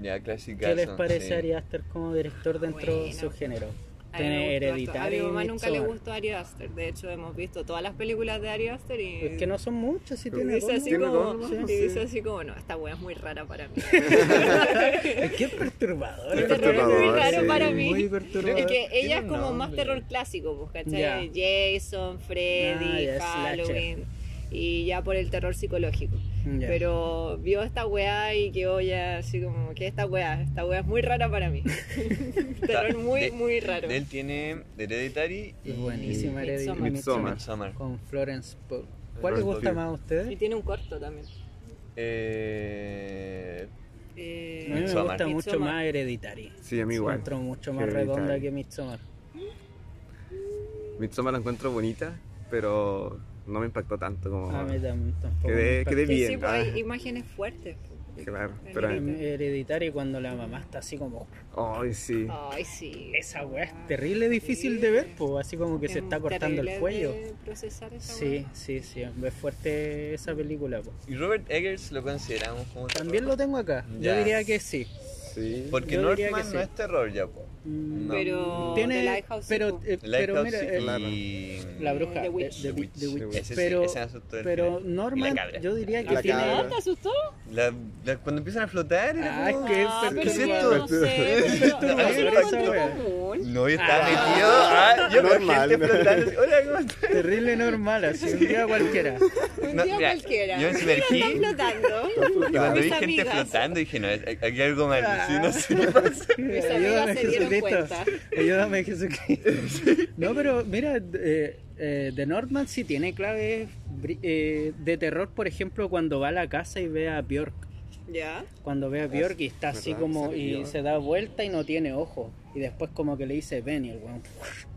[SPEAKER 3] Ya, clásica.
[SPEAKER 4] ¿Qué les parece Ari Aster como director dentro de
[SPEAKER 1] Bueno.
[SPEAKER 4] su género?
[SPEAKER 1] A mí me
[SPEAKER 4] Tiene
[SPEAKER 1] gustó harto.
[SPEAKER 4] hereditario.
[SPEAKER 1] A mi mamá
[SPEAKER 4] y
[SPEAKER 1] nunca le
[SPEAKER 4] Midsommar.
[SPEAKER 1] gustó Ari Aster. De hecho, hemos visto todas las películas de Ari Aster y.
[SPEAKER 4] Es que no son muchas, si
[SPEAKER 1] y
[SPEAKER 4] tiene
[SPEAKER 1] dice
[SPEAKER 4] dos,
[SPEAKER 1] así
[SPEAKER 2] Tiene
[SPEAKER 1] como,
[SPEAKER 2] dos, ¿no?
[SPEAKER 1] y
[SPEAKER 4] Sí,
[SPEAKER 1] dice
[SPEAKER 4] sí.
[SPEAKER 1] así como, no, esta wea es muy rara para mí.
[SPEAKER 4] Es que es perturbador.
[SPEAKER 2] Es
[SPEAKER 4] ¿no?
[SPEAKER 2] perturbador,
[SPEAKER 4] Este Muy raro
[SPEAKER 2] sí.
[SPEAKER 4] para mí.
[SPEAKER 3] Muy
[SPEAKER 4] perturbador.
[SPEAKER 1] Es que
[SPEAKER 3] Tiene
[SPEAKER 1] ella es
[SPEAKER 3] un
[SPEAKER 1] como más
[SPEAKER 3] nombre.
[SPEAKER 1] terror clásico, pues, ¿cachai? Jason, Freddy,
[SPEAKER 4] Ah, ya,
[SPEAKER 1] Halloween. Y ya por el terror psicológico.
[SPEAKER 4] Ya.
[SPEAKER 1] Pero vio esta weá y quedó ya así como, ¿qué es esta weá? Esta weá es muy rara para mí.
[SPEAKER 4] Ah,
[SPEAKER 1] terror muy,
[SPEAKER 3] De-
[SPEAKER 1] muy raro.
[SPEAKER 3] Él tiene Hereditary y...
[SPEAKER 4] Es buenísima Hereditary.
[SPEAKER 1] Midsommar.
[SPEAKER 2] Midsommar.
[SPEAKER 3] Midsommar.
[SPEAKER 4] Con Florence Pugh. ¿Cuál
[SPEAKER 2] Florence
[SPEAKER 4] les gusta
[SPEAKER 2] Pugh.
[SPEAKER 4] más a
[SPEAKER 1] Y
[SPEAKER 4] ustedes?
[SPEAKER 1] tiene un corto también.
[SPEAKER 3] Eh...
[SPEAKER 1] Eh,
[SPEAKER 4] A mí me
[SPEAKER 3] Midsommar.
[SPEAKER 4] gusta mucho
[SPEAKER 1] Midsommar.
[SPEAKER 4] más Hereditary.
[SPEAKER 2] Sí, a mí
[SPEAKER 4] La
[SPEAKER 2] igual.
[SPEAKER 4] encuentro mucho más
[SPEAKER 2] Hereditary.
[SPEAKER 4] redonda que Midsommar.
[SPEAKER 2] Midsommar la encuentro bonita, pero no me impactó tanto como...
[SPEAKER 4] A mí tam- tampoco.
[SPEAKER 2] Quedé-
[SPEAKER 4] me
[SPEAKER 2] quedé
[SPEAKER 1] Que
[SPEAKER 2] bien,
[SPEAKER 1] sí, pues,
[SPEAKER 2] ah.
[SPEAKER 1] hay imágenes fuertes. pues.
[SPEAKER 2] Claro,
[SPEAKER 1] El
[SPEAKER 2] pero...
[SPEAKER 1] grito.
[SPEAKER 4] impacta. Hereditary cuando la mamá está así como
[SPEAKER 2] Ay, sí.
[SPEAKER 1] Ay, sí. Ah,
[SPEAKER 4] esa weá es terrible difícil de ver po, así como que se
[SPEAKER 1] Es
[SPEAKER 4] está cortando
[SPEAKER 1] terrible
[SPEAKER 4] el cuello
[SPEAKER 1] de procesar esa
[SPEAKER 4] sí
[SPEAKER 1] weá.
[SPEAKER 4] sí sí es fuerte esa película po.
[SPEAKER 3] Y Robert Eggers lo consideramos como
[SPEAKER 4] también lo
[SPEAKER 3] terror.
[SPEAKER 4] tengo acá
[SPEAKER 3] Ya.
[SPEAKER 4] yo diría que sí
[SPEAKER 2] Sí.
[SPEAKER 3] Porque
[SPEAKER 4] yo diría
[SPEAKER 3] Northman
[SPEAKER 4] que sí.
[SPEAKER 3] no es terror ya, po.
[SPEAKER 4] Mm,
[SPEAKER 3] No.
[SPEAKER 1] Pero. The
[SPEAKER 4] tiene
[SPEAKER 1] Lighthouse, sí,
[SPEAKER 4] pero
[SPEAKER 1] pues.
[SPEAKER 4] eh, pero
[SPEAKER 3] Lighthouse
[SPEAKER 4] mira eh,
[SPEAKER 2] claro.
[SPEAKER 3] y...
[SPEAKER 4] la bruja
[SPEAKER 1] The
[SPEAKER 4] de
[SPEAKER 1] Witch.
[SPEAKER 4] de- de- de Witch.
[SPEAKER 2] Witch.
[SPEAKER 3] Ese sí,
[SPEAKER 4] pero
[SPEAKER 3] ese me asustó del
[SPEAKER 4] pero
[SPEAKER 3] final. Y
[SPEAKER 4] Norman
[SPEAKER 3] la cabra.
[SPEAKER 4] yo diría que
[SPEAKER 2] La
[SPEAKER 4] tiene
[SPEAKER 2] cabra.
[SPEAKER 1] Ah, ¿Te asustó?
[SPEAKER 3] La- la- cuando empiezan a flotar... es
[SPEAKER 4] Ah,
[SPEAKER 3] como-
[SPEAKER 4] es que-
[SPEAKER 1] Ah,
[SPEAKER 4] ¿Qué
[SPEAKER 1] pero
[SPEAKER 4] es
[SPEAKER 1] yo
[SPEAKER 4] esto?
[SPEAKER 1] no sé. pero yo-
[SPEAKER 4] Esto
[SPEAKER 1] Yo sí lo
[SPEAKER 4] es
[SPEAKER 1] encontré
[SPEAKER 4] esa wea.
[SPEAKER 1] común.
[SPEAKER 3] No, y está
[SPEAKER 4] Ah.
[SPEAKER 3] metido. Ah, yo veo
[SPEAKER 2] Normal.
[SPEAKER 3] gente flotando. así, Hola, ¿cómo estás?
[SPEAKER 4] terrible normal así un día cualquiera
[SPEAKER 1] Un
[SPEAKER 3] No,
[SPEAKER 1] día
[SPEAKER 3] mira,
[SPEAKER 1] cualquiera.
[SPEAKER 3] yo me sumergí.
[SPEAKER 1] Mira, están flotando.
[SPEAKER 3] Y cuando
[SPEAKER 1] Mis
[SPEAKER 3] vi gente
[SPEAKER 1] amigas.
[SPEAKER 3] flotando dije, no, hay- hay algo mal.
[SPEAKER 4] Ah.
[SPEAKER 3] Sí, no sé qué pasa.
[SPEAKER 1] Mis
[SPEAKER 4] Ayúdame
[SPEAKER 1] amigas se dieron
[SPEAKER 4] Jesucristo.
[SPEAKER 1] cuenta.
[SPEAKER 4] Ayúdame Jesucristo. No, pero mira, eh, eh, The Northman sí tiene claves bri- eh, de terror, por ejemplo, cuando va a la casa y ve a Bjork.
[SPEAKER 1] ¿Ya?
[SPEAKER 4] Cuando ve a Bjork y está así
[SPEAKER 2] ¿verdad?
[SPEAKER 4] como
[SPEAKER 2] Se
[SPEAKER 4] y
[SPEAKER 2] ríe.
[SPEAKER 4] se da vuelta y no tiene ojo. Y después como que le dice ven y el weón.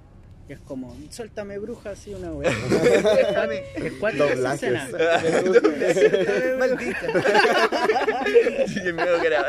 [SPEAKER 4] Y es como, suéltame bruja así una weá. Es cuatro
[SPEAKER 2] Doblajes.
[SPEAKER 4] escenas.
[SPEAKER 3] Maldita. Sí, qué miedo que era.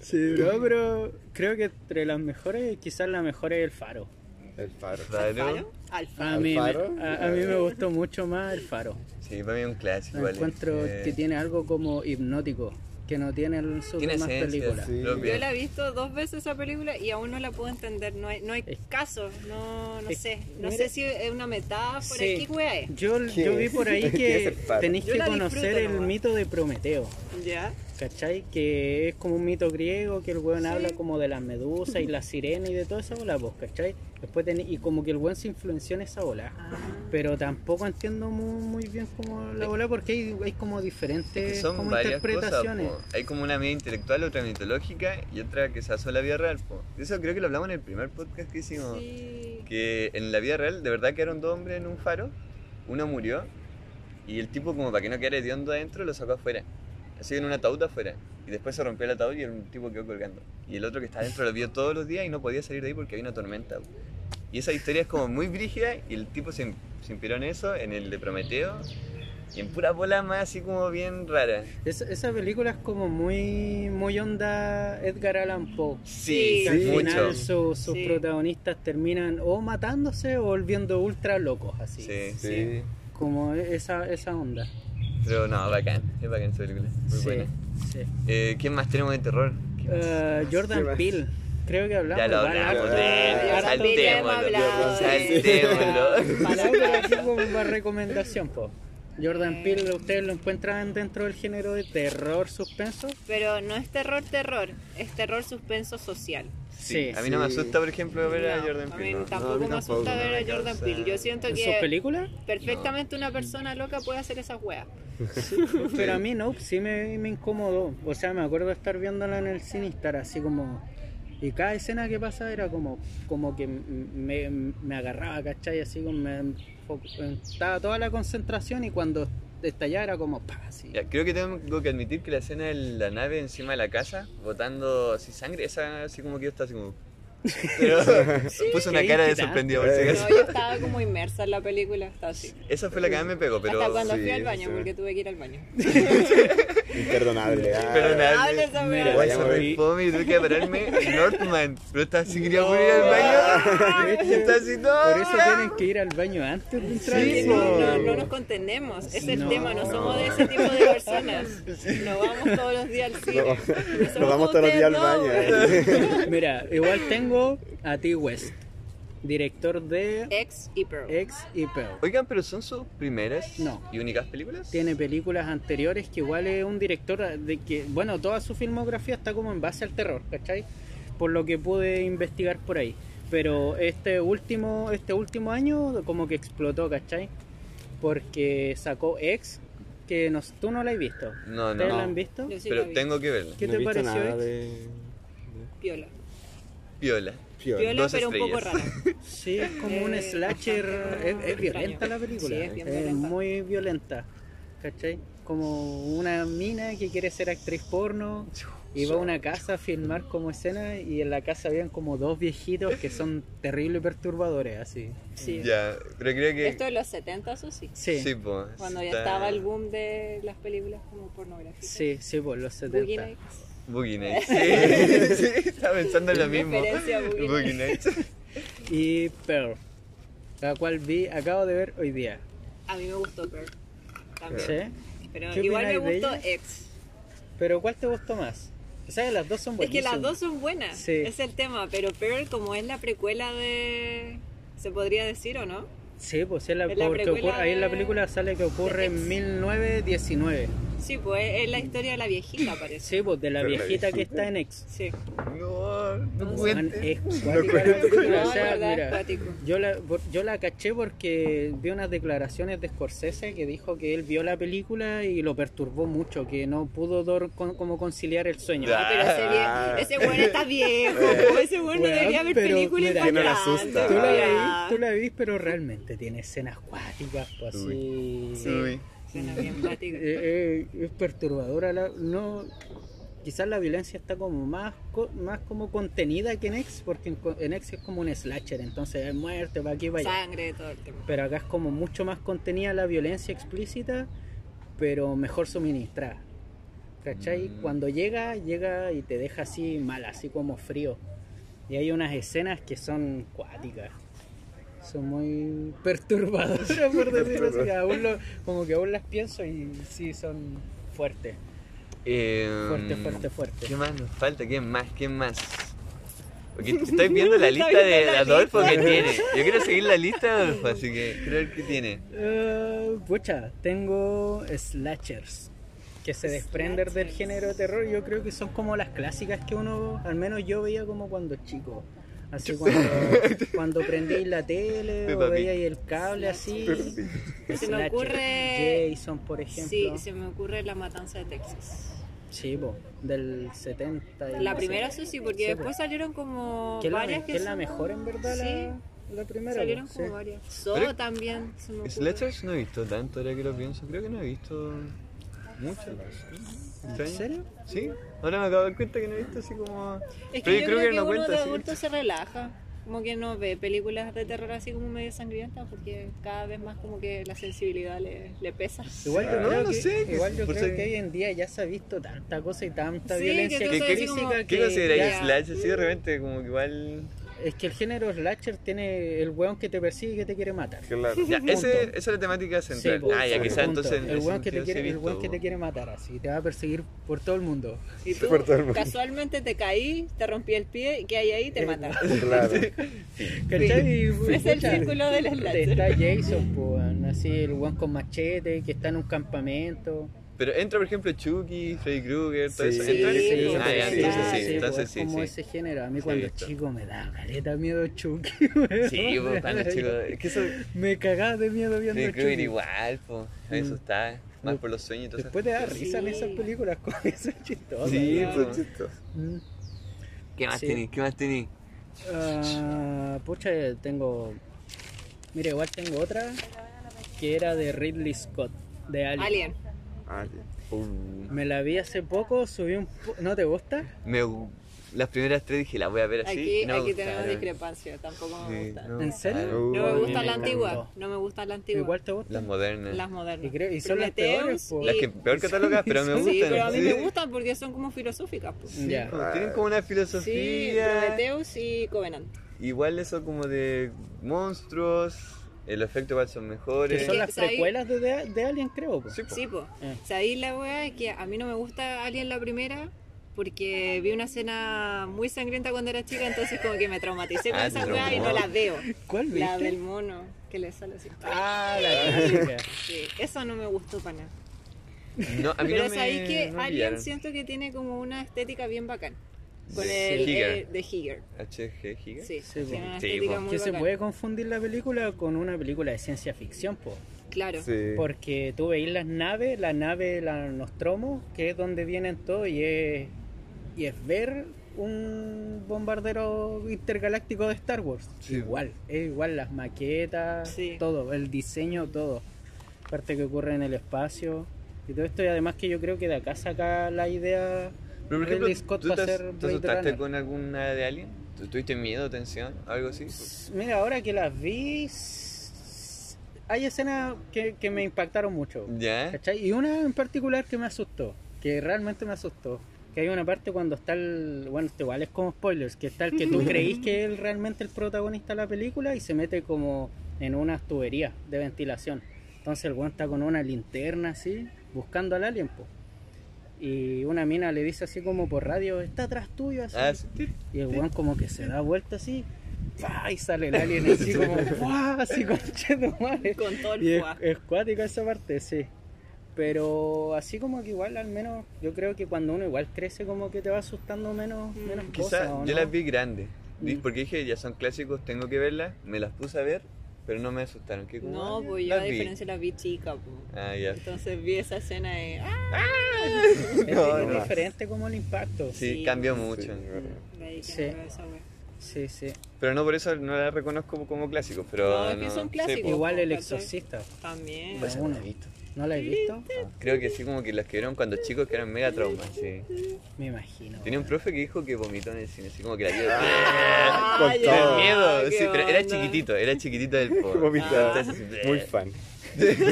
[SPEAKER 4] Sí, no, pero creo que entre las mejores, quizás la mejor es el faro.
[SPEAKER 2] El faro.
[SPEAKER 3] Claro.
[SPEAKER 1] ¿Faro? Alfa.
[SPEAKER 4] A mí, me-
[SPEAKER 2] faro?
[SPEAKER 4] a- a mí me gustó mucho más el faro.
[SPEAKER 3] Sí, para mí es un clásico.
[SPEAKER 4] Me
[SPEAKER 3] igual.
[SPEAKER 4] encuentro
[SPEAKER 3] Eh,
[SPEAKER 4] que tiene algo como hipnótico, que no tiene en sus
[SPEAKER 3] tiene
[SPEAKER 4] demás
[SPEAKER 3] esencia,
[SPEAKER 4] películas.
[SPEAKER 2] sí.
[SPEAKER 3] propia.
[SPEAKER 1] Yo la he visto dos veces esa película y aún no la puedo entender. No hay, no hay
[SPEAKER 4] Es-
[SPEAKER 1] caso. No, no
[SPEAKER 4] es-
[SPEAKER 1] sé. No
[SPEAKER 4] mira-
[SPEAKER 1] sé si es una metáfora.
[SPEAKER 4] Sí.
[SPEAKER 1] ¿Qué wea es?
[SPEAKER 4] Yo,
[SPEAKER 2] ¿Qué
[SPEAKER 4] yo vi
[SPEAKER 2] es?
[SPEAKER 4] por ahí
[SPEAKER 2] ¿Qué es
[SPEAKER 4] que
[SPEAKER 2] el faro?
[SPEAKER 4] tenéis
[SPEAKER 1] Yo
[SPEAKER 4] que
[SPEAKER 1] la disfruto
[SPEAKER 4] conocer el
[SPEAKER 1] nomás.
[SPEAKER 4] mito de Prometeo,
[SPEAKER 1] ¿Ya?
[SPEAKER 4] ¿cachai? Que es como un mito griego, que el weón habla como de las medusas y las sirenas y de toda esa bola, pues, ¿cachai? Después teni- y como que el weón se influenció en esa bola. Pero tampoco entiendo muy, muy bien como la bola, porque hay, hay como diferentes
[SPEAKER 3] Es que son
[SPEAKER 4] como
[SPEAKER 3] varias cosas.
[SPEAKER 4] interpretaciones.
[SPEAKER 3] po. Hay como una media intelectual, otra mitológica y otra que se basó en la vida real. po. De eso creo que lo hablamos en el primer podcast que hicimos.
[SPEAKER 1] Ah, Sí.
[SPEAKER 3] que en la vida real de verdad quedaron dos hombres en un faro, uno murió y el tipo como para que no quedara hediondo adentro lo sacó afuera, así en un ataúd afuera y después se rompió el ataúd y el tipo quedó colgando y el otro que estaba adentro lo vio todos los días y no podía salir de ahí porque había una tormenta y esa historia es como muy brígida y el tipo se, se inspiró en eso, en el de Prometeo Y en pura bola más así como bien rara.
[SPEAKER 4] Es- esa película es como muy, muy onda Edgar Allan Poe.
[SPEAKER 3] Sí,
[SPEAKER 1] Sí,
[SPEAKER 4] Al
[SPEAKER 3] sí, mucho.
[SPEAKER 4] final su- sus
[SPEAKER 1] Sí.
[SPEAKER 4] protagonistas terminan o matándose o volviendo ultra locos así.
[SPEAKER 3] Sí,
[SPEAKER 2] Sí.
[SPEAKER 4] Como e, esa, esa onda.
[SPEAKER 3] Pero no, bacán. Es bacán esa película. Muy
[SPEAKER 4] Sí,
[SPEAKER 3] buena.
[SPEAKER 4] sí.
[SPEAKER 3] Eh, ¿Quién más tenemos de terror? ¿Quién más?
[SPEAKER 4] Eh,
[SPEAKER 2] ¿Qué
[SPEAKER 4] Jordan
[SPEAKER 2] más?
[SPEAKER 4] Peele. Creo que hablamos.
[SPEAKER 3] ya lo
[SPEAKER 4] vale,
[SPEAKER 3] hablamos,
[SPEAKER 4] harto.
[SPEAKER 3] de
[SPEAKER 1] ya,
[SPEAKER 3] él.
[SPEAKER 1] ya,
[SPEAKER 3] saltémoslo.
[SPEAKER 1] hablamos,
[SPEAKER 3] Saltémoslo.
[SPEAKER 4] Palabra así como para recomendación, po.
[SPEAKER 1] Eh.
[SPEAKER 4] Jordan Peele, ¿ustedes lo encuentran dentro del género de terror suspenso?
[SPEAKER 1] Pero no es terror, terror, es terror suspenso social.
[SPEAKER 3] Sí, A mí no me
[SPEAKER 2] Sí.
[SPEAKER 3] asusta, por ejemplo, ver a
[SPEAKER 1] No,
[SPEAKER 3] Jordan
[SPEAKER 1] a mí
[SPEAKER 3] Peele. no.
[SPEAKER 1] tampoco
[SPEAKER 2] No, a mí
[SPEAKER 1] me
[SPEAKER 2] tampoco,
[SPEAKER 1] asusta
[SPEAKER 2] no
[SPEAKER 3] me
[SPEAKER 1] ver a Jordan
[SPEAKER 3] causa-
[SPEAKER 1] Peele. Yo siento
[SPEAKER 4] ¿En sus
[SPEAKER 1] que
[SPEAKER 4] películas?
[SPEAKER 1] perfectamente una persona loca puede hacer esas weas.
[SPEAKER 4] Pero a mí no, sí me, me incomodó. O sea, me acuerdo de estar viéndola en el cine y estar así como. Y cada escena que pasaba era como, como que m- me, me agarraba, ¿cachai? Así como me enfo- estaba toda la concentración y cuando estallaba era como pa, así.
[SPEAKER 3] Ya, creo que tengo que admitir que la escena de la nave encima de la casa, botando así sangre, esa así como que yo estaba así como. Pero puso una
[SPEAKER 4] qué
[SPEAKER 3] cara de
[SPEAKER 4] inquietante.
[SPEAKER 3] sorprendido por si
[SPEAKER 2] Eh.
[SPEAKER 1] No,
[SPEAKER 3] acaso.
[SPEAKER 1] yo estaba como inmersa en la película, hasta así.
[SPEAKER 3] Esa fue la que más me pegó, pero.
[SPEAKER 1] hasta cuando
[SPEAKER 2] sí,
[SPEAKER 1] fui al baño,
[SPEAKER 2] sí.
[SPEAKER 1] porque tuve que ir al baño.
[SPEAKER 2] Imperdonable. ah.
[SPEAKER 3] Pero nada.
[SPEAKER 1] Habla esa wea.
[SPEAKER 4] mira,
[SPEAKER 3] Me
[SPEAKER 2] Guay,
[SPEAKER 3] hizo
[SPEAKER 2] me
[SPEAKER 3] re
[SPEAKER 4] vi.
[SPEAKER 3] fome y tuve que pararme en Northman. Pero estaba así, quería poder ir al baño. Y estaba así, no.
[SPEAKER 4] Por eso tienen que ir al baño antes de entrar.
[SPEAKER 1] Porque
[SPEAKER 3] Sí,
[SPEAKER 4] al
[SPEAKER 1] no,
[SPEAKER 4] cine.
[SPEAKER 1] no, no nos contenemos, es el
[SPEAKER 4] No,
[SPEAKER 1] tema, no,
[SPEAKER 4] no.
[SPEAKER 1] somos de ese tipo de personas. No vamos todos los días al cine.
[SPEAKER 2] No,
[SPEAKER 1] No somos
[SPEAKER 2] Ah, nos vamos todos los días al
[SPEAKER 1] ustedes,
[SPEAKER 2] baño.
[SPEAKER 1] no,
[SPEAKER 2] eh.
[SPEAKER 4] Mira, igual tengo a T. West, director de
[SPEAKER 1] Ex y Pearl.
[SPEAKER 4] Ex y Pearl.
[SPEAKER 3] Oigan, pero son sus primeras
[SPEAKER 4] No.
[SPEAKER 3] y únicas películas.
[SPEAKER 4] tiene películas anteriores que igual es un director de que, bueno, toda su filmografía está como en base al terror, ¿cachai? Por lo que pude investigar por ahí. Pero este último, este último año como que explotó, ¿cachai? Porque sacó Ex, que no, tú no la has visto.
[SPEAKER 3] No,
[SPEAKER 4] ¿Ustedes la
[SPEAKER 3] no.
[SPEAKER 4] han visto?
[SPEAKER 1] Yo sí la
[SPEAKER 3] Pero
[SPEAKER 1] vi.
[SPEAKER 3] tengo que verla.
[SPEAKER 4] ¿Qué
[SPEAKER 2] No
[SPEAKER 4] te
[SPEAKER 2] he visto
[SPEAKER 4] pareció
[SPEAKER 2] nada
[SPEAKER 4] Ex?
[SPEAKER 2] de-
[SPEAKER 1] Piola.
[SPEAKER 3] Viola.
[SPEAKER 2] Piola.
[SPEAKER 1] Piola,
[SPEAKER 3] Dos
[SPEAKER 1] pero un poco rara.
[SPEAKER 3] estrellas.
[SPEAKER 4] Sí, es como
[SPEAKER 1] Eh,
[SPEAKER 4] un slasher,
[SPEAKER 1] bastante
[SPEAKER 4] es, es violenta
[SPEAKER 1] extraño.
[SPEAKER 4] la película,
[SPEAKER 1] Sí,
[SPEAKER 4] es,
[SPEAKER 1] es bien violenta.
[SPEAKER 4] muy violenta, ¿cachai? Como una mina que quiere ser actriz porno y va a una casa a filmar como escena y en la casa habían como dos viejitos que son terribles perturbadores, así.
[SPEAKER 1] Sí.
[SPEAKER 3] Ya, pero creo que.
[SPEAKER 1] Esto de los 70 o sí.
[SPEAKER 4] Sí,
[SPEAKER 3] Sí,
[SPEAKER 4] sí,
[SPEAKER 3] po,
[SPEAKER 1] Cuando ya
[SPEAKER 2] Este,
[SPEAKER 3] está-
[SPEAKER 1] estaba el boom de las películas como pornográficas.
[SPEAKER 4] sí, por los
[SPEAKER 1] Boogie
[SPEAKER 4] 70.
[SPEAKER 1] Nights.
[SPEAKER 3] Boogie Nights. Sí, sí, estaba pensando en lo mismo.
[SPEAKER 1] Referencia a Boogie
[SPEAKER 3] Nights.
[SPEAKER 4] Y Pearl, la cual vi, acabo de ver hoy día.
[SPEAKER 1] A mí me gustó Pearl. También.
[SPEAKER 4] ¿Sí?
[SPEAKER 1] Pero
[SPEAKER 4] ¿Qué
[SPEAKER 1] igual me
[SPEAKER 4] opináis de
[SPEAKER 1] gustó
[SPEAKER 4] ella?
[SPEAKER 1] Ex.
[SPEAKER 4] Pero ¿cuál te gustó más? O sea, las dos son
[SPEAKER 1] Es
[SPEAKER 4] buenas.
[SPEAKER 1] que las dos son buenas.
[SPEAKER 4] Sí.
[SPEAKER 1] Es el tema. Pero Pearl, como es la precuela de. ¿Se podría decir o no?
[SPEAKER 4] Sí, pues es la,
[SPEAKER 1] Es la
[SPEAKER 4] porque
[SPEAKER 1] precuela
[SPEAKER 4] ocurre- ahí en la
[SPEAKER 1] de-
[SPEAKER 4] película sale que ocurre
[SPEAKER 1] de Ex.
[SPEAKER 4] en 1919.
[SPEAKER 1] Sí, pues es la historia de la viejita, parece.
[SPEAKER 4] Sí, pues de la
[SPEAKER 2] Pero la
[SPEAKER 4] viejita que
[SPEAKER 2] viejita.
[SPEAKER 4] está en Ex.
[SPEAKER 1] Sí.
[SPEAKER 3] No, no
[SPEAKER 4] Juan,
[SPEAKER 3] cuente.
[SPEAKER 4] es cuática la película,
[SPEAKER 1] No,
[SPEAKER 4] o sea,
[SPEAKER 1] la verdad,
[SPEAKER 4] mira,
[SPEAKER 1] es cuático.
[SPEAKER 4] yo la, por- yo la caché porque vi unas declaraciones de Scorsese que dijo que él vio la película y lo perturbó mucho, que no pudo dor- con- como conciliar el sueño.
[SPEAKER 1] No, pero ese,
[SPEAKER 2] Ah.
[SPEAKER 1] vie- ese bueno está viejo. po. Ese bueno
[SPEAKER 4] Weón,
[SPEAKER 1] debería ver
[SPEAKER 4] pero
[SPEAKER 1] películas
[SPEAKER 4] mira,
[SPEAKER 2] Que no le
[SPEAKER 1] impactantes,
[SPEAKER 2] asusta.
[SPEAKER 4] Tú la,
[SPEAKER 1] weón.
[SPEAKER 4] veís, tú la veís, pero realmente tiene escenas cuáticas, pues así.
[SPEAKER 3] Uy.
[SPEAKER 1] Suena bien cuático.
[SPEAKER 4] Eh, eh, es perturbadora la- no quizás la violencia está como más co- más como contenida que en X porque en, co- en X es como un slasher entonces hay muerte va aquí va allá
[SPEAKER 1] Sangre, todo el tema.
[SPEAKER 4] pero acá es como mucho más contenida la violencia explícita pero mejor suministrada ¿cachai?
[SPEAKER 3] Mm.
[SPEAKER 4] cuando llega llega y te deja así mal así como frío y hay unas escenas que son cuáticas son muy perturbadoras por decirlo así aún lo- como que aún las pienso y sí son fuertes
[SPEAKER 3] Eh,
[SPEAKER 4] fuerte fuerte fuerte
[SPEAKER 3] ¿Qué más nos falta? ¿Qué más? ¿Qué más? Porque estoy viendo la lista
[SPEAKER 1] viendo
[SPEAKER 3] de
[SPEAKER 1] la
[SPEAKER 3] Adolfo
[SPEAKER 1] lista.
[SPEAKER 3] que tiene. Yo quiero seguir la lista de Adolfo, así que creo ver qué tiene.
[SPEAKER 4] Eh, pucha, tengo slashers que se desprenden del
[SPEAKER 1] Slashers.
[SPEAKER 4] género de terror. Yo creo que son como las clásicas que uno, al menos yo veía como cuando chico. Así cuando, cuando prendí la tele o
[SPEAKER 3] Peppa Pig.
[SPEAKER 4] veía ahí el cable así.
[SPEAKER 1] Se me
[SPEAKER 4] Slasher.
[SPEAKER 1] ocurre-
[SPEAKER 4] Jason, por ejemplo.
[SPEAKER 1] Sí,
[SPEAKER 4] Sí,
[SPEAKER 1] se me ocurre La Matanza de Texas.
[SPEAKER 4] po, del 70. y
[SPEAKER 1] La
[SPEAKER 4] no
[SPEAKER 1] primera,
[SPEAKER 4] sé.
[SPEAKER 1] eso sí, porque
[SPEAKER 4] Sí, po.
[SPEAKER 1] después salieron como
[SPEAKER 4] Que es la,
[SPEAKER 1] varias
[SPEAKER 4] me- que es la
[SPEAKER 1] son-
[SPEAKER 4] mejor en verdad la- la, primera. po,
[SPEAKER 1] Salieron
[SPEAKER 4] sí.
[SPEAKER 1] como varias. So
[SPEAKER 3] Pero-
[SPEAKER 1] también. se me ocurre.
[SPEAKER 3] Slashers no he visto tanto ahora que lo pienso. Creo que no he visto mucho.
[SPEAKER 4] ¿En serio?
[SPEAKER 3] Sí, ahora me acabo de dar cuenta que no he visto así como.
[SPEAKER 1] Es que
[SPEAKER 3] Pero
[SPEAKER 1] yo
[SPEAKER 3] yo creo que
[SPEAKER 1] creo que
[SPEAKER 3] no
[SPEAKER 1] uno de
[SPEAKER 3] cuenta, sí.
[SPEAKER 1] adulto se relaja. como que no ve películas de terror así como medio sangrientas porque cada vez más como que la sensibilidad le, le pesa.
[SPEAKER 4] Igual yo
[SPEAKER 3] Ah, no,
[SPEAKER 4] creo,
[SPEAKER 3] no
[SPEAKER 4] que,
[SPEAKER 3] sé, que
[SPEAKER 4] igual
[SPEAKER 3] sí,
[SPEAKER 4] yo
[SPEAKER 3] por
[SPEAKER 4] creo
[SPEAKER 3] eso-
[SPEAKER 4] que hoy en día ya se ha visto tanta cosa y tanta
[SPEAKER 1] Sí, que
[SPEAKER 4] violencia
[SPEAKER 1] tú
[SPEAKER 3] ¿Qué- qué-
[SPEAKER 4] física
[SPEAKER 1] como-
[SPEAKER 4] que,
[SPEAKER 3] ¿Qué
[SPEAKER 1] ya.
[SPEAKER 3] consideráis Slash? Así de repente, como que igual.
[SPEAKER 4] es que el género slasher tiene el weón que te persigue y que te quiere matar.
[SPEAKER 2] Claro.
[SPEAKER 3] Ya, ese,
[SPEAKER 4] Punto.
[SPEAKER 3] esa es la temática central.
[SPEAKER 4] po,
[SPEAKER 3] ah, ya,
[SPEAKER 4] sí, pues,
[SPEAKER 3] quizás
[SPEAKER 4] punto.
[SPEAKER 3] entonces. en
[SPEAKER 4] el
[SPEAKER 3] ese
[SPEAKER 4] weón que te
[SPEAKER 3] sentido sí he
[SPEAKER 4] quiere, el
[SPEAKER 3] visto,
[SPEAKER 4] weón que
[SPEAKER 3] po.
[SPEAKER 4] te quiere matar así, te va a perseguir por todo el mundo.
[SPEAKER 1] Y tú
[SPEAKER 2] Por todo el mundo.
[SPEAKER 1] casualmente te caí, te rompí el pie y que hay ahí te
[SPEAKER 4] Eh,
[SPEAKER 1] mata.
[SPEAKER 2] Claro.
[SPEAKER 4] ¿Cachai? Y,
[SPEAKER 1] Es el
[SPEAKER 4] pucha,
[SPEAKER 1] círculo del slasher.
[SPEAKER 4] Está Jason, po, weón, así el weón con machete que está en un campamento.
[SPEAKER 3] Pero entra, por ejemplo, Chucky, Freddy Krueger, todo
[SPEAKER 2] Sí,
[SPEAKER 3] eso. ¿Entra?
[SPEAKER 1] sí,
[SPEAKER 3] ah, ya,
[SPEAKER 2] sí,
[SPEAKER 3] entonces
[SPEAKER 2] sí,
[SPEAKER 3] sí,
[SPEAKER 2] sí,
[SPEAKER 3] entonces
[SPEAKER 4] po,
[SPEAKER 3] sí.
[SPEAKER 4] es pues, como
[SPEAKER 3] sí.
[SPEAKER 4] ese género. A mí
[SPEAKER 3] Sí,
[SPEAKER 4] cuando
[SPEAKER 3] visto.
[SPEAKER 4] chico me daba caleta miedo Chucky.
[SPEAKER 3] Sí, po, para los chicos. Es que eso.
[SPEAKER 4] Me cagaba de miedo viendo
[SPEAKER 3] Freddy Krueger
[SPEAKER 4] Chucky.
[SPEAKER 3] igual, po. A mí
[SPEAKER 4] Mm.
[SPEAKER 3] eso está. Más por los sueños y todo eso.
[SPEAKER 4] Después te da risa en
[SPEAKER 1] Sí.
[SPEAKER 4] esas películas con eso chistoso.
[SPEAKER 3] Sí,
[SPEAKER 2] Sí, pues, chistoso.
[SPEAKER 3] ¿Qué más
[SPEAKER 4] sí.
[SPEAKER 3] tenéis? ¿Qué más tenéis?
[SPEAKER 4] Ah, pucha, tengo. Mira, igual tengo otra que era de Ridley Scott, de Alien.
[SPEAKER 1] Alien.
[SPEAKER 2] Ah, ya.
[SPEAKER 4] Me la vi hace poco, subí un. po- ¿No te gusta?
[SPEAKER 3] Me, las primeras tres dije, la voy a ver así.
[SPEAKER 1] Aquí,
[SPEAKER 3] y no me
[SPEAKER 1] aquí
[SPEAKER 3] gustaron.
[SPEAKER 1] tenemos discrepancia, tampoco me
[SPEAKER 3] Sí,
[SPEAKER 1] gusta.
[SPEAKER 3] no.
[SPEAKER 4] ¿En serio?
[SPEAKER 1] No
[SPEAKER 2] Uy,
[SPEAKER 1] me gusta
[SPEAKER 4] me
[SPEAKER 1] la antigua,
[SPEAKER 4] encantó.
[SPEAKER 1] no me gusta la antigua.
[SPEAKER 4] Igual te gusta.
[SPEAKER 3] Las modernas.
[SPEAKER 1] las
[SPEAKER 3] Las,
[SPEAKER 1] modernas.
[SPEAKER 4] Y creo- y son las
[SPEAKER 1] Prometheus
[SPEAKER 4] peores, po.
[SPEAKER 1] y-
[SPEAKER 3] que peor catalogas, pero me gustan.
[SPEAKER 1] Sí, pero a mí
[SPEAKER 3] sí.
[SPEAKER 1] me gustan porque son como filosóficas. pues.
[SPEAKER 4] Sí. Ya.
[SPEAKER 3] Como Tienen como una
[SPEAKER 1] Sí,
[SPEAKER 3] filosofía.
[SPEAKER 1] Prometheus y Covenant.
[SPEAKER 3] Igual eso como de monstruos. El efecto igual son mejores.
[SPEAKER 4] Que son
[SPEAKER 1] la-
[SPEAKER 4] las
[SPEAKER 1] ¿sabes?
[SPEAKER 4] precuelas de, de, de Alien, creo. po.
[SPEAKER 3] Sí, po.
[SPEAKER 1] Sí, pues.
[SPEAKER 4] Eh.
[SPEAKER 1] ¿Sabéis la weá? Que a mí no me gusta Alien la primera porque vi una escena muy sangrienta cuando era chica, entonces como que me traumaticé con
[SPEAKER 3] Ah,
[SPEAKER 1] esa
[SPEAKER 3] te
[SPEAKER 1] weá y no
[SPEAKER 3] traumó.
[SPEAKER 1] la veo.
[SPEAKER 4] ¿Cuál viste?
[SPEAKER 1] La del mono que le sale así.
[SPEAKER 4] Ah, la chica.
[SPEAKER 1] Sí, eso no me gustó para nada.
[SPEAKER 3] No, a mí
[SPEAKER 1] Pero
[SPEAKER 3] no
[SPEAKER 1] sabéis
[SPEAKER 3] me,
[SPEAKER 1] que
[SPEAKER 3] no me
[SPEAKER 1] Alien
[SPEAKER 3] pillaron.
[SPEAKER 1] siento que tiene como una estética bien bacán. Con
[SPEAKER 3] De
[SPEAKER 1] el
[SPEAKER 3] Giger.
[SPEAKER 1] eh, de Giger.
[SPEAKER 3] HG Giga.
[SPEAKER 1] Sí,
[SPEAKER 4] Sí, po.
[SPEAKER 1] tiene una
[SPEAKER 3] Sí,
[SPEAKER 1] estética
[SPEAKER 3] po.
[SPEAKER 1] muy
[SPEAKER 4] Que se
[SPEAKER 1] bacán.
[SPEAKER 4] puede confundir la película con una película de ciencia ficción, po.
[SPEAKER 1] Claro.
[SPEAKER 2] Sí.
[SPEAKER 4] Porque tú veis las naves, la nave, la Nostromo, que es donde vienen todos, y es, y es ver un bombardero intergaláctico de Star Wars.
[SPEAKER 3] Sí.
[SPEAKER 4] Igual, es igual las maquetas,
[SPEAKER 1] Sí.
[SPEAKER 4] todo, el diseño, todo. Parte que ocurre en el espacio. Y todo esto, y además que yo creo que de acá saca la idea.
[SPEAKER 3] Pero por ejemplo,
[SPEAKER 4] Ridley Scott
[SPEAKER 3] ¿tú
[SPEAKER 4] va
[SPEAKER 3] te,
[SPEAKER 4] a
[SPEAKER 3] as-
[SPEAKER 4] ser
[SPEAKER 3] te
[SPEAKER 4] Blade
[SPEAKER 3] asustaste
[SPEAKER 4] Runner.
[SPEAKER 3] con alguna de Alien? ¿Tú- ¿Tuviste miedo, tensión, algo así?
[SPEAKER 4] Mira, ahora que las vi, s- hay escenas que, que me impactaron mucho.
[SPEAKER 3] ¿Ya?
[SPEAKER 4] ¿Cachai? Y una en particular que me asustó, que realmente me asustó. Que hay una parte cuando está el. Bueno, esto igual es como spoilers, que está el que tú creís que es realmente el protagonista de la película y se mete como en unas tuberías de ventilación. Entonces el weón está con una linterna así, buscando al alien, po. Y una mina le dice así como por radio, está atrás tuyo, así.
[SPEAKER 3] Ah, sí. tit.
[SPEAKER 4] Y el weón como que se da vuelta así, ¡pah! y sale el alien así como, ¡guau! así con madre.
[SPEAKER 1] Con todo
[SPEAKER 4] Y
[SPEAKER 1] el
[SPEAKER 4] es,
[SPEAKER 1] fuá.
[SPEAKER 4] es cuática esa parte, sí. Pero así como que igual, al menos, yo creo que cuando uno igual crece, como que te va asustando menos,
[SPEAKER 1] Mm.
[SPEAKER 4] menos
[SPEAKER 3] Quizá
[SPEAKER 4] cosas. ¿o
[SPEAKER 3] yo
[SPEAKER 4] no?
[SPEAKER 3] las vi grandes. Di-
[SPEAKER 4] Mm.
[SPEAKER 3] Porque dije, ya son clásicos, tengo que verlas. Me las puse a ver, pero no me asustaron. ¿Qué, como,
[SPEAKER 1] No,
[SPEAKER 3] ah,
[SPEAKER 1] pues yo
[SPEAKER 3] las
[SPEAKER 1] a
[SPEAKER 3] vi.
[SPEAKER 1] diferencia la vi chica, pues.
[SPEAKER 3] Ah, ya.
[SPEAKER 1] Entonces vi esa escena de... ¡Ah!
[SPEAKER 4] Es,
[SPEAKER 3] No,
[SPEAKER 4] es
[SPEAKER 3] no.
[SPEAKER 4] diferente como el impacto. Sí,
[SPEAKER 3] Sí,
[SPEAKER 1] Sí,
[SPEAKER 3] cambió
[SPEAKER 2] Sí,
[SPEAKER 3] mucho.
[SPEAKER 2] verdad.
[SPEAKER 1] De ahí que
[SPEAKER 4] Sí.
[SPEAKER 1] no veo esa wea.
[SPEAKER 4] sí.
[SPEAKER 3] Pero no por eso no las reconozco como clásicos. Pero
[SPEAKER 1] No, es que son
[SPEAKER 3] sí,
[SPEAKER 1] clásicos.
[SPEAKER 3] po.
[SPEAKER 4] Igual el
[SPEAKER 1] ¿cachai?
[SPEAKER 4] exorcista.
[SPEAKER 1] También. Ah,
[SPEAKER 3] Pues,
[SPEAKER 4] Uno.
[SPEAKER 3] no la he visto.
[SPEAKER 4] ¿No la he visto?
[SPEAKER 3] Creo que sí, como que las que vieron cuando chicos que eran mega traumas. Sí.
[SPEAKER 4] Me imagino.
[SPEAKER 3] Tenía un profe que dijo que vomitó en el cine, así como que la vio.
[SPEAKER 1] Ah,
[SPEAKER 2] Con
[SPEAKER 1] ya,
[SPEAKER 3] Del
[SPEAKER 2] todo.
[SPEAKER 3] miedo,
[SPEAKER 1] qué
[SPEAKER 3] sí, pero era
[SPEAKER 1] onda.
[SPEAKER 3] chiquitito, era chiquitito del po. Ah.
[SPEAKER 2] Vomita.
[SPEAKER 3] Entonces, eh,
[SPEAKER 2] Muy fan.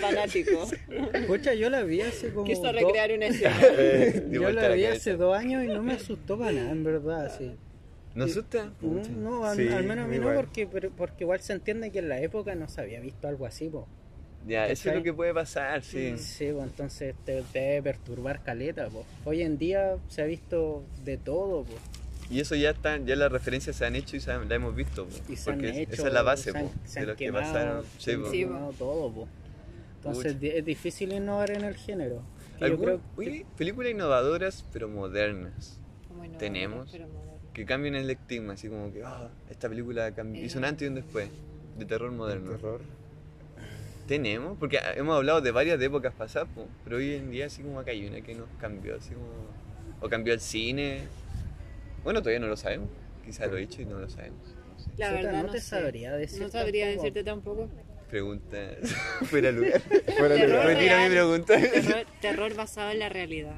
[SPEAKER 1] Fanático.
[SPEAKER 4] Escucha, yo la vi hace como.
[SPEAKER 1] Quiso
[SPEAKER 4] dos-
[SPEAKER 1] recrear una escena.
[SPEAKER 2] Eh,
[SPEAKER 3] de
[SPEAKER 4] Yo
[SPEAKER 3] vuelta
[SPEAKER 4] la
[SPEAKER 3] la
[SPEAKER 4] vi
[SPEAKER 3] cabeza.
[SPEAKER 4] hace dos años y no me asustó para nada, en verdad, sí.
[SPEAKER 3] ¿No asusta?
[SPEAKER 4] No, no, al,
[SPEAKER 2] Sí,
[SPEAKER 4] al menos a mí no,
[SPEAKER 2] igual.
[SPEAKER 4] porque, pero- porque igual se entiende que en la época no se había visto algo así, po.
[SPEAKER 3] Ya, eso es
[SPEAKER 4] ¿Cachai? Mm.
[SPEAKER 3] lo que puede pasar, sí.
[SPEAKER 4] Sí, po, entonces te, te debe perturbar caleta, po. Hoy en día se ha visto de todo, pues, po.
[SPEAKER 3] Y eso ya están, ya las referencias se han hecho y se han- la hemos visto, po.
[SPEAKER 4] Y se han
[SPEAKER 3] porque
[SPEAKER 4] hecho,
[SPEAKER 3] esa es la base,
[SPEAKER 4] se han-
[SPEAKER 3] po,
[SPEAKER 4] se
[SPEAKER 3] de
[SPEAKER 4] han
[SPEAKER 3] los que
[SPEAKER 4] quemado,
[SPEAKER 3] pasaron.
[SPEAKER 4] se
[SPEAKER 3] Sí,
[SPEAKER 4] han
[SPEAKER 1] Sí, pues.
[SPEAKER 3] po.
[SPEAKER 1] po.
[SPEAKER 4] quemado todo, po. Entonces
[SPEAKER 3] Pucha.
[SPEAKER 4] di- es difícil innovar en el género. Que Yo
[SPEAKER 3] Algún-
[SPEAKER 4] creo
[SPEAKER 3] oye, películas innovadoras pero modernas.
[SPEAKER 1] Bueno,
[SPEAKER 3] Tenemos.
[SPEAKER 1] pero moderno.
[SPEAKER 3] Que cambian el estigma, así como que, ah, esta película cambió. hizo un antes y un después. De terror moderno.
[SPEAKER 2] Terror.
[SPEAKER 3] Tenemos, porque hemos hablado de varias de épocas pasadas, po, pero hoy en día así como acá hay una que nos cambió, así como... O cambió el cine. Bueno, todavía no lo sabemos. Quizá lo he dicho y no lo sabemos. no sé.
[SPEAKER 1] La
[SPEAKER 4] Chuta,
[SPEAKER 1] verdad
[SPEAKER 4] no
[SPEAKER 1] no
[SPEAKER 4] te
[SPEAKER 1] sé.
[SPEAKER 4] sabría decir
[SPEAKER 1] No sabría
[SPEAKER 4] tampoco.
[SPEAKER 1] decirte tampoco.
[SPEAKER 3] Pregunta fuera de lugar.
[SPEAKER 2] Fuera de
[SPEAKER 1] Terror
[SPEAKER 2] lugar.
[SPEAKER 3] Retiro mi
[SPEAKER 1] real.
[SPEAKER 3] pregunta.
[SPEAKER 1] Terror, terror basado en la realidad.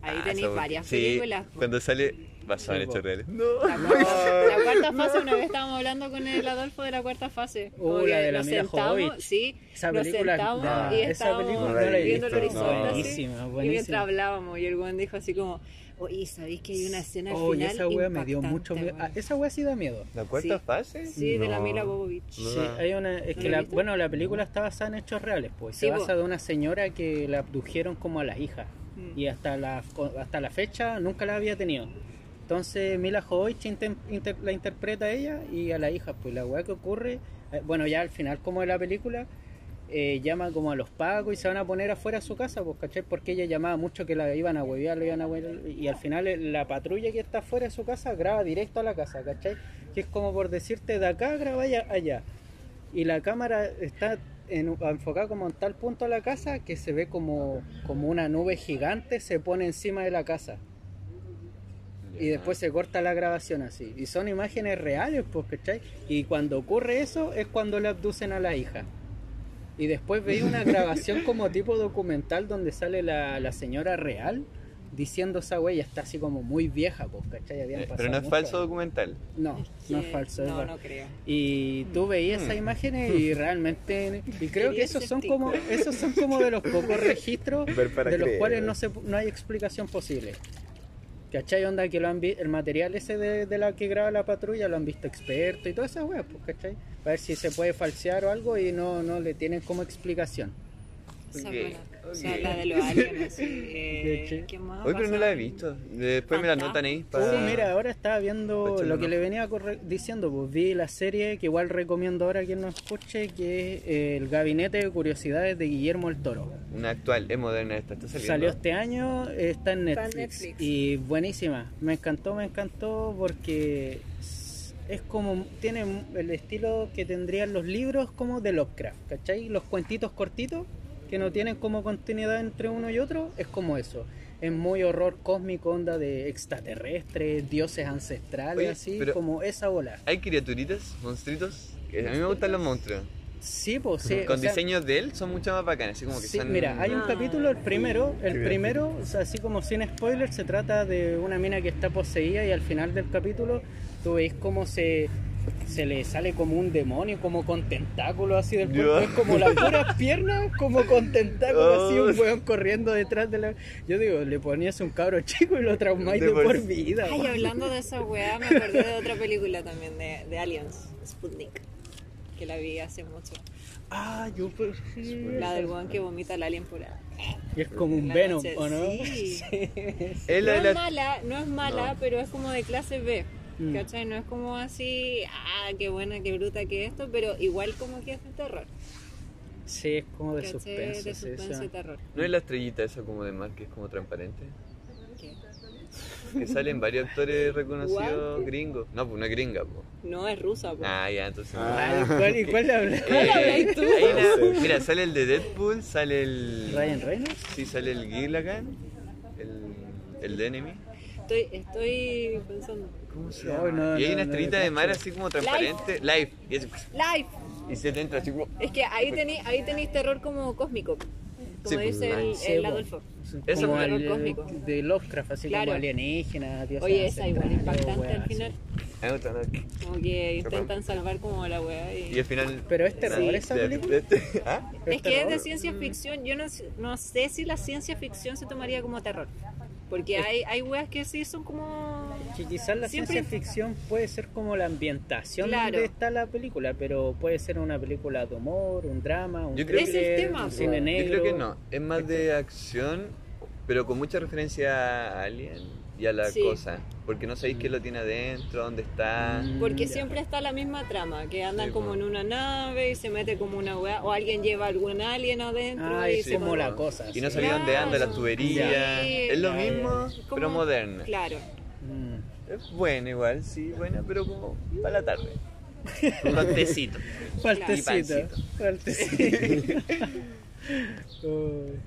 [SPEAKER 1] Ahí
[SPEAKER 3] Ah,
[SPEAKER 1] tenéis
[SPEAKER 3] esa-
[SPEAKER 1] varias
[SPEAKER 3] sí,
[SPEAKER 1] películas. pues. po.
[SPEAKER 3] Cuando sale, basado en
[SPEAKER 4] Sí, po.
[SPEAKER 3] hechos reales.
[SPEAKER 1] La, cuarta, la cuarta fase, una vez estábamos hablando con el Adolfo de la cuarta fase.
[SPEAKER 4] Oh,
[SPEAKER 1] Como
[SPEAKER 4] la
[SPEAKER 1] que
[SPEAKER 4] de la
[SPEAKER 1] nos
[SPEAKER 4] Mila
[SPEAKER 1] sentamos,
[SPEAKER 4] Jovovich.
[SPEAKER 1] sí,
[SPEAKER 4] Esa
[SPEAKER 1] nos
[SPEAKER 4] película,
[SPEAKER 1] sentamos
[SPEAKER 4] no,
[SPEAKER 1] y
[SPEAKER 4] esa
[SPEAKER 1] estábamos
[SPEAKER 4] película
[SPEAKER 2] no la he
[SPEAKER 1] viendo el
[SPEAKER 2] visto.
[SPEAKER 1] horizonte. así,
[SPEAKER 4] Buenísima,
[SPEAKER 1] Y mientras
[SPEAKER 4] buenísima.
[SPEAKER 1] hablábamos, y el buen dijo así como, oye, ¿sabéis que hay una escena al
[SPEAKER 4] Oh, y
[SPEAKER 1] final
[SPEAKER 4] esa wea me dio
[SPEAKER 1] impactante,
[SPEAKER 4] mucho miedo. Ah,
[SPEAKER 1] weón?"
[SPEAKER 4] esa wea sí da miedo.
[SPEAKER 3] ¿La cuarta
[SPEAKER 1] Sí.
[SPEAKER 3] fase?
[SPEAKER 1] Sí, de la
[SPEAKER 2] No.
[SPEAKER 1] Mila Bobovich.
[SPEAKER 2] No
[SPEAKER 4] Sí,
[SPEAKER 2] la-
[SPEAKER 4] hay una, es
[SPEAKER 1] ¿No
[SPEAKER 4] que
[SPEAKER 1] la
[SPEAKER 4] la,
[SPEAKER 1] viste?
[SPEAKER 4] bueno, la película está basada en hechos reales, pues.
[SPEAKER 1] Sí,
[SPEAKER 4] se
[SPEAKER 1] po.
[SPEAKER 4] basa de una señora que la abdujeron como a la hija.
[SPEAKER 1] Mm.
[SPEAKER 4] Y hasta la, hasta la fecha nunca la había tenido. Entonces Mila Jovovich intem- inter- la interpreta a ella y a la hija. Pues la weá que ocurre, eh, bueno, ya al final como de la película, eh, llama como a los pacos y se van a poner afuera de su casa, pues, ¿cachai? Porque ella llamaba mucho que la iban a huevear, lo iban a huevear, y al final eh, la patrulla que está afuera de su casa graba directo a la casa, ¿cachai? Que es como por decirte, de acá graba ya- allá. Y la cámara está en- enfocada como en tal punto a la casa que se ve como, como una nube gigante se pone encima de la casa. Y
[SPEAKER 3] Eh,
[SPEAKER 4] después se corta la grabación así. Y son imágenes reales, pues, ¿cachai? Y cuando ocurre eso es cuando le abducen a la hija. Y después veía una grabación como tipo documental donde sale la, la señora real diciendo esa wea, ya está así como muy vieja, pues, ¿cachai? Habían
[SPEAKER 3] Eh,
[SPEAKER 4] pasado
[SPEAKER 3] Pero no es
[SPEAKER 4] mucho.
[SPEAKER 3] falso documental.
[SPEAKER 4] No, no es
[SPEAKER 1] Sí,
[SPEAKER 4] falso. es
[SPEAKER 1] No,
[SPEAKER 4] verdad.
[SPEAKER 1] no creo.
[SPEAKER 4] Y tú veías
[SPEAKER 2] Mm.
[SPEAKER 4] esas imágenes y realmente y creo que
[SPEAKER 1] Quería
[SPEAKER 4] esos
[SPEAKER 1] ser
[SPEAKER 4] son
[SPEAKER 1] tico.
[SPEAKER 4] como esos son como de los pocos registros
[SPEAKER 2] Ver para
[SPEAKER 4] de los
[SPEAKER 2] creer.
[SPEAKER 4] cuales no se no hay explicación posible. ¿Cachai? Onda que lo han vi- el material ese de, de la que graba la patrulla lo han visto expertos y todas esas weas, pues, ¿cachai? A ver si se puede falsear o algo y no, no le tienen como explicación.
[SPEAKER 1] Esa
[SPEAKER 3] Ok,
[SPEAKER 1] es buena. O sea,
[SPEAKER 3] ok.
[SPEAKER 1] la de los aliens. Eh,
[SPEAKER 4] Che.
[SPEAKER 1] ¿Qué más? ha
[SPEAKER 3] Hoy pero no
[SPEAKER 1] pasado?
[SPEAKER 3] la he visto. Después me la
[SPEAKER 1] Fantasma.
[SPEAKER 3] anotan ahí.
[SPEAKER 4] Uh, mira, ahora estaba viendo
[SPEAKER 3] para
[SPEAKER 4] lo que
[SPEAKER 3] echarle
[SPEAKER 4] le venía corre- diciendo, pues vi la serie que igual recomiendo ahora a quien no escuche, que es eh, El Gabinete de Curiosidades de Guillermo el Toro.
[SPEAKER 3] Una actual, es moderna esta. Está saliendo.
[SPEAKER 4] Salió este año, está en
[SPEAKER 1] Está
[SPEAKER 4] Netflix,
[SPEAKER 1] en Netflix.
[SPEAKER 4] y buenísima. Me encantó, me encantó porque es es como tiene el estilo que tendrían los libros como de Lovecraft, ¿cachai? Los cuentitos cortitos que no tienen como continuidad entre uno y otro, es como eso. Es muy horror cósmico, onda de extraterrestres, dioses ancestrales,
[SPEAKER 3] Oye,
[SPEAKER 4] así
[SPEAKER 3] pero-
[SPEAKER 4] como esa bola.
[SPEAKER 3] Hay criaturitas, monstruitos. que A mí me gustan los monstruos.
[SPEAKER 4] Sí, pues sí. o
[SPEAKER 3] Con
[SPEAKER 4] sea,
[SPEAKER 3] diseños de él son mucho más bacanas. Así como que
[SPEAKER 4] Sí,
[SPEAKER 3] son-
[SPEAKER 4] mira, hay un
[SPEAKER 1] Ah,
[SPEAKER 4] capítulo, el primero,
[SPEAKER 2] qué
[SPEAKER 4] el
[SPEAKER 2] bien.
[SPEAKER 4] primero, o sea, así como sin spoiler, se trata de una mina que está poseída y al final del capítulo tú veis cómo se, se le sale como un demonio, como con tentáculos así del cuerpo,
[SPEAKER 3] Ya.
[SPEAKER 4] es como las puras piernas, como con tentáculos así, un
[SPEAKER 3] Oh.
[SPEAKER 4] weón corriendo detrás de la... Yo digo, le ponías un cabro chico y lo traumáis de,
[SPEAKER 3] De por-
[SPEAKER 4] por vida.
[SPEAKER 1] Ay, hablando de esa weá, me acordé de otra película también, de, de Aliens, Sputnik, que la vi hace mucho.
[SPEAKER 4] Ah, yo... por-
[SPEAKER 1] La del weón que vomita al alien por ahí.
[SPEAKER 4] Y es como un
[SPEAKER 1] La
[SPEAKER 4] Venom,
[SPEAKER 1] noche,
[SPEAKER 4] ¿o no?
[SPEAKER 1] sí.
[SPEAKER 3] Es
[SPEAKER 1] No
[SPEAKER 3] la de
[SPEAKER 1] es
[SPEAKER 3] la-
[SPEAKER 1] mala, no es mala,
[SPEAKER 3] No.
[SPEAKER 1] pero es como de clase B.
[SPEAKER 4] Mm.
[SPEAKER 1] ¿Cachai? No es como así, ah, qué buena, qué bruta que esto, pero igual como que es de terror.
[SPEAKER 4] Sí, es como de
[SPEAKER 1] ¿cachai?
[SPEAKER 4] suspenso.
[SPEAKER 1] de
[SPEAKER 4] sí,
[SPEAKER 1] suspenso
[SPEAKER 4] esa.
[SPEAKER 1] y terror.
[SPEAKER 3] No es la estrellita esa como de mar que es como transparente.
[SPEAKER 1] Ok.
[SPEAKER 3] Que salen varios actores reconocidos gringos. No, pues una gringa, pues.
[SPEAKER 1] No es rusa, po.
[SPEAKER 3] Ah, ya, entonces.
[SPEAKER 2] Ah.
[SPEAKER 4] Ah, ¿y ¿Cuál, y cuál le hablaba?
[SPEAKER 3] Eh,
[SPEAKER 1] habláis tú?
[SPEAKER 3] hay una- mira, sale el de Deadpool, sale el.
[SPEAKER 4] Ryan Reynolds.
[SPEAKER 3] Sí, sale el Gilligan, el, el de Enemy.
[SPEAKER 1] Estoy, estoy pensando.
[SPEAKER 3] ¿Cómo se
[SPEAKER 4] No, no,
[SPEAKER 3] y hay
[SPEAKER 4] no,
[SPEAKER 3] una
[SPEAKER 4] no,
[SPEAKER 3] estrellita
[SPEAKER 4] no,
[SPEAKER 3] de mar
[SPEAKER 4] cacho.
[SPEAKER 3] así como transparente. Live. Y, es-
[SPEAKER 1] ¡Life!
[SPEAKER 3] y se te entra así como.
[SPEAKER 1] Es que ahí tenéis ahí tenéis terror como cósmico. Como
[SPEAKER 3] Sí, pues,
[SPEAKER 1] dice el,
[SPEAKER 4] Sí,
[SPEAKER 1] el
[SPEAKER 4] po.
[SPEAKER 1] Adolfo.
[SPEAKER 3] Eso
[SPEAKER 4] como
[SPEAKER 1] es un
[SPEAKER 4] al-
[SPEAKER 1] terror cósmico.
[SPEAKER 4] de Lovecraft, así
[SPEAKER 1] Claro.
[SPEAKER 4] como alienígena, dioses
[SPEAKER 1] Oye, esa igual
[SPEAKER 4] ancestrales,
[SPEAKER 1] impactante
[SPEAKER 4] weas
[SPEAKER 1] al
[SPEAKER 4] así.
[SPEAKER 1] final.
[SPEAKER 3] Me gusta, ¿no?
[SPEAKER 1] Como que intentan salvar como la weá.
[SPEAKER 3] Y
[SPEAKER 1] Y...
[SPEAKER 3] al final.
[SPEAKER 4] Pero es terror
[SPEAKER 3] Sí.
[SPEAKER 4] esa
[SPEAKER 3] De-
[SPEAKER 4] película.
[SPEAKER 3] de- ¿Ah?
[SPEAKER 1] Es que es
[SPEAKER 4] terror.
[SPEAKER 1] de ciencia ficción. Yo no, sé- no sé si la ciencia ficción se tomaría como terror. Porque hay, hay weas que sí son como.
[SPEAKER 4] Que quizás la
[SPEAKER 1] Siempre-
[SPEAKER 4] ciencia ficción puede ser como la ambientación
[SPEAKER 1] Claro.
[SPEAKER 4] donde está la película, pero puede ser una película de humor, un drama, un
[SPEAKER 3] Yo creo que-
[SPEAKER 4] thriller,
[SPEAKER 1] Ese es el tema,
[SPEAKER 4] un
[SPEAKER 1] po.
[SPEAKER 4] cine
[SPEAKER 1] Yo
[SPEAKER 4] negro.
[SPEAKER 3] Yo creo que no. Es más de acción, pero con mucha referencia a Alien y a la
[SPEAKER 1] Sí.
[SPEAKER 3] cosa. Porque no sabéis qué lo tiene adentro, dónde está.
[SPEAKER 4] Mm.
[SPEAKER 1] Porque
[SPEAKER 4] Ya.
[SPEAKER 1] siempre está la misma trama, que andan
[SPEAKER 3] Sí,
[SPEAKER 1] como
[SPEAKER 3] po.
[SPEAKER 1] en una nave y se mete como una weá, o alguien lleva algún alien adentro.
[SPEAKER 4] Ah,
[SPEAKER 1] y
[SPEAKER 4] es
[SPEAKER 1] se
[SPEAKER 4] como
[SPEAKER 1] van-
[SPEAKER 4] la cosa.
[SPEAKER 3] Y no
[SPEAKER 4] sí.
[SPEAKER 3] sabía dónde anda
[SPEAKER 1] Claro.
[SPEAKER 3] las tuberías.
[SPEAKER 1] Sí,
[SPEAKER 3] es lo
[SPEAKER 4] ya,
[SPEAKER 3] mismo,
[SPEAKER 1] Como-
[SPEAKER 3] pero moderna.
[SPEAKER 1] Claro.
[SPEAKER 4] Mm.
[SPEAKER 3] Es buena igual, sí, buena, pero como para la tarde. Un tecito.
[SPEAKER 4] Faltecito,
[SPEAKER 3] Y pancito.
[SPEAKER 4] faltecito. Uy.